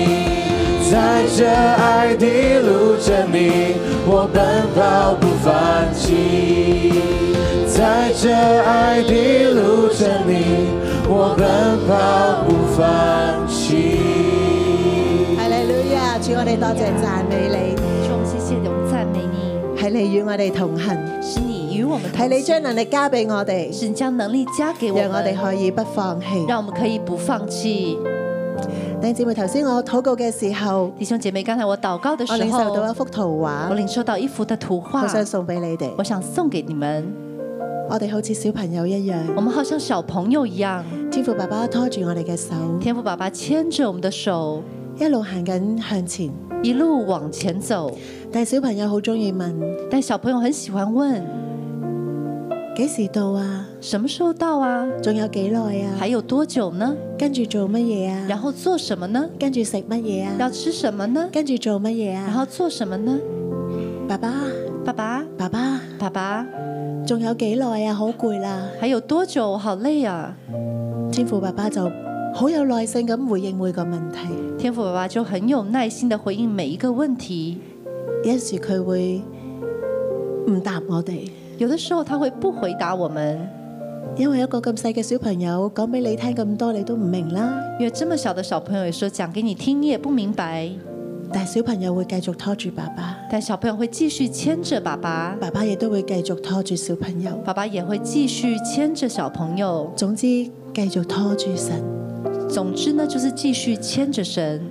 Speaker 4: 在这爱的路程里，我奔跑不放弃。在这爱的路程里，我奔跑不放弃。
Speaker 2: 哈利路亞，主我哋多謝讚美你。
Speaker 3: 主，我们谢谢你，我们赞美你，
Speaker 2: 係你與我哋同行，
Speaker 3: 是你与我们
Speaker 2: 係
Speaker 3: 同
Speaker 2: 你
Speaker 3: 行，
Speaker 2: 將能力交俾我哋，
Speaker 3: 是你将能力加给我
Speaker 2: 讓我哋
Speaker 3: 们，
Speaker 2: 可以不放棄。
Speaker 3: 让我们可以不放弃。
Speaker 2: 弟兄姊妹，頭先我禱告嘅時候，
Speaker 3: 弟兄姐妹，刚才我祷告的
Speaker 2: 我
Speaker 3: 时
Speaker 2: 領哦受到一
Speaker 3: 候，
Speaker 2: 幅圖
Speaker 3: 我
Speaker 2: 畫，
Speaker 3: 领受到一幅的图画
Speaker 2: 我，想送俾你哋
Speaker 3: 我。想送给你们。
Speaker 2: 我哋好似小朋友一樣，
Speaker 3: 我们好像小朋友一样，
Speaker 2: 天父爸爸拖住我哋嘅手，
Speaker 3: 天父爸爸牵着我们的手，
Speaker 2: 一路行緊向前。
Speaker 3: 一路往前走。
Speaker 2: 但係小朋友好中意問
Speaker 3: 但小朋友很喜欢问：
Speaker 2: 幾時到啊？
Speaker 3: 什么时候到啊？
Speaker 2: 仲有幾耐
Speaker 3: 还
Speaker 2: 啊？
Speaker 3: 有多久呢？
Speaker 2: 跟住做乜嘢
Speaker 3: 然
Speaker 2: 啊？
Speaker 3: 后做什么呢？
Speaker 2: 跟住食乜嘢啊？
Speaker 3: 要吃什么呢？
Speaker 2: 跟住做乜嘢
Speaker 3: 然
Speaker 2: 啊
Speaker 3: 后？做什么呢？
Speaker 2: 爸爸，
Speaker 3: 爸爸，
Speaker 2: 爸爸，
Speaker 3: 爸爸，
Speaker 2: 仲有幾耐啊？好攰啦！
Speaker 3: 还有多久？我好累啊！
Speaker 2: 天父爸爸就好有耐性咁回應每個問題。
Speaker 3: 天父爸爸就很有耐心的回应每一个问题，
Speaker 2: 有時佢會唔答我哋，
Speaker 3: 有的时候他会不回答我们，
Speaker 2: 因為一個咁細嘅小朋友講俾你聽咁多，你都唔明啦。
Speaker 3: 因为这么小的小朋友也说讲给你听，你也不明白。
Speaker 2: 但係小朋友會繼續拖住爸爸，
Speaker 3: 但小朋友会继续牵着爸爸，
Speaker 2: 爸爸亦都會繼續拖住小朋友。
Speaker 3: 爸爸也会继续牵着小朋友。
Speaker 2: 總之，繼續拖住神，
Speaker 3: 总之呢，就是继续牵着神，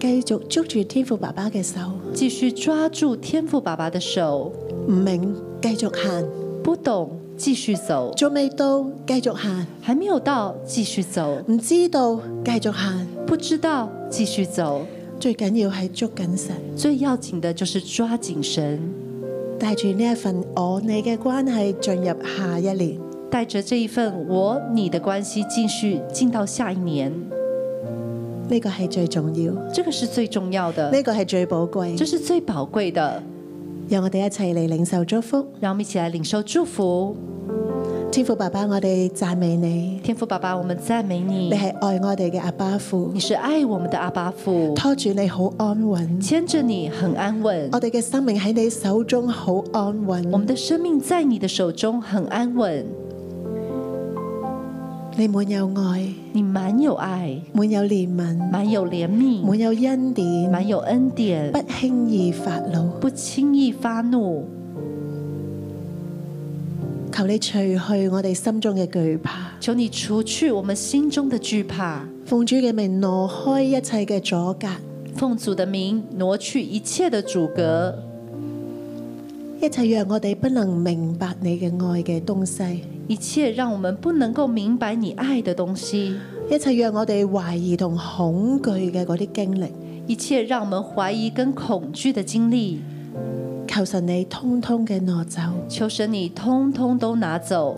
Speaker 2: 繼續捉住天父爸爸嘅手，
Speaker 3: 继续抓住天父爸爸的手，
Speaker 2: 唔明繼續行，
Speaker 3: 不懂继续走，
Speaker 2: 仲未到繼續行，
Speaker 3: 还没有到继续走，
Speaker 2: 唔知道繼續行。
Speaker 3: 不知道继续走。
Speaker 2: 最緊要係捉緊神。
Speaker 3: 最要紧的就是抓紧神，
Speaker 2: 帶住呢一份我你嘅關係進入下一年，
Speaker 3: 带着这一份我你的关系继续进到下一年，
Speaker 2: 呢個係最重要，呢
Speaker 3: 这个是最重要的，
Speaker 2: 個係最寶
Speaker 3: 这
Speaker 2: 貴。
Speaker 3: 是最寶貴的。
Speaker 2: 讓我哋一齊嚟領受祝福，
Speaker 3: 让我们一起来领受祝福，
Speaker 2: 天父爸爸，我哋讚美你，
Speaker 3: 天父爸爸，我们赞美
Speaker 2: 你
Speaker 3: 你，
Speaker 2: 係愛我哋嘅阿爸父
Speaker 3: 你，是爱我们的阿巴父，
Speaker 2: 拖住你好安穩，
Speaker 3: 牵着你很安稳
Speaker 2: 我。哋嘅生命喺你手中好安
Speaker 3: 我们
Speaker 2: 穩，
Speaker 3: 的生命在你的手中很安稳，
Speaker 2: 你滿有愛，
Speaker 3: 你满有爱，
Speaker 2: 滿有憐憫，
Speaker 3: 满有怜悯，
Speaker 2: 滿有恩典，
Speaker 3: 满有恩典
Speaker 2: 不，輕易發怒。
Speaker 3: 不轻易发怒。
Speaker 2: 求你除去我哋心中嘅懼怕，
Speaker 3: 求你除去我们心中的惧怕，
Speaker 2: 奉主嘅名挪開一切嘅阻隔，
Speaker 3: 奉主的名挪去一切的阻隔，
Speaker 2: 一切讓我哋不能明白你嘅愛嘅東西。
Speaker 3: 一切让我们不能够明白你爱的东西，
Speaker 2: 一切讓我哋懷疑同恐懼嘅嗰啲經歷，
Speaker 3: 一切让我们怀疑跟恐惧的经历。
Speaker 2: 求神你通通嘅挪走。
Speaker 3: 求神你通通都拿走，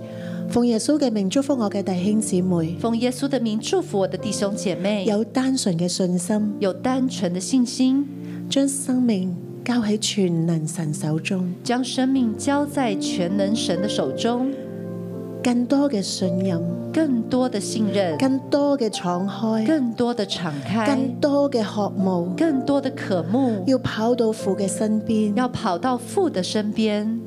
Speaker 2: 奉耶穌嘅名祝福我嘅弟兄姊妹，
Speaker 3: 奉耶穌的名祝福我的弟兄姐妹，
Speaker 2: 有單純嘅信心，
Speaker 3: 有单纯的信心。
Speaker 2: 將生命交喺全能神手中，
Speaker 3: 将生命交在全能神的手中，
Speaker 2: 更多嘅信任，
Speaker 3: 更多的信任，
Speaker 2: 更多嘅敞開，
Speaker 3: 更多的敞开，
Speaker 2: 更多嘅渴慕，
Speaker 3: 更多的渴慕，
Speaker 2: 要跑到父嘅身邊，
Speaker 3: 要跑到父的身边，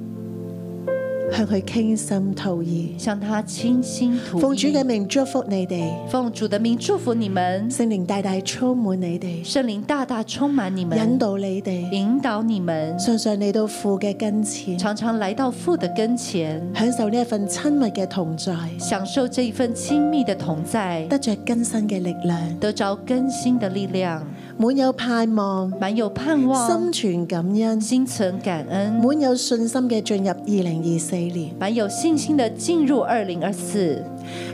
Speaker 2: 向佢傾心吐意。
Speaker 3: 向他倾心吐意。
Speaker 2: 奉主嘅名祝福你哋，
Speaker 3: 奉主的名祝福你们，
Speaker 2: 聖靈大大充滿你哋，
Speaker 3: 圣灵大大充满你们，
Speaker 2: 引導你哋。
Speaker 3: 引导你们，
Speaker 2: 常常嚟到父嘅跟前，
Speaker 3: 常常来到父的跟前，
Speaker 2: 享受呢一份親密嘅同在，
Speaker 3: 享受这一份亲密的同在，
Speaker 2: 得着更新嘅力量，
Speaker 3: 得着更新的力量，
Speaker 2: 滿有盼望，
Speaker 3: 满有盼望，
Speaker 2: 心存感恩，
Speaker 3: 心存感恩。
Speaker 2: 滿有信心嘅進入二零二四年，
Speaker 3: 蛮有信心的进入二零二四，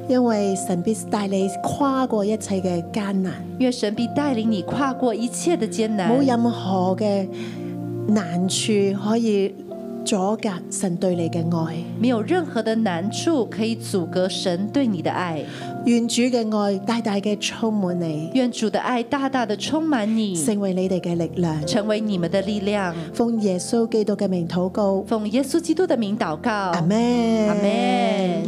Speaker 2: 因為神必帶你跨過一切嘅艱難，
Speaker 3: 因为神必带领你跨过一切的艰难，
Speaker 2: 冇任何嘅難處可以阻隔神對你嘅愛。
Speaker 3: 没有任何的难处可以阻隔神对你的爱。
Speaker 2: 願主嘅愛大大嘅充滿你，
Speaker 3: 愿主的愛大大的充满你，
Speaker 2: 成為你哋嘅力量。
Speaker 3: 成为你们的力量。
Speaker 2: 奉耶穌基督嘅名禱告，
Speaker 3: 奉耶稣基督的名祷告，
Speaker 2: 阿。门，
Speaker 3: 阿门。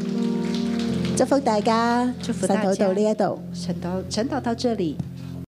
Speaker 2: 祝福大家，
Speaker 3: 祝福
Speaker 2: 神
Speaker 3: 大家
Speaker 2: 禱到呢一度。
Speaker 3: 晨祷晨祷到这里。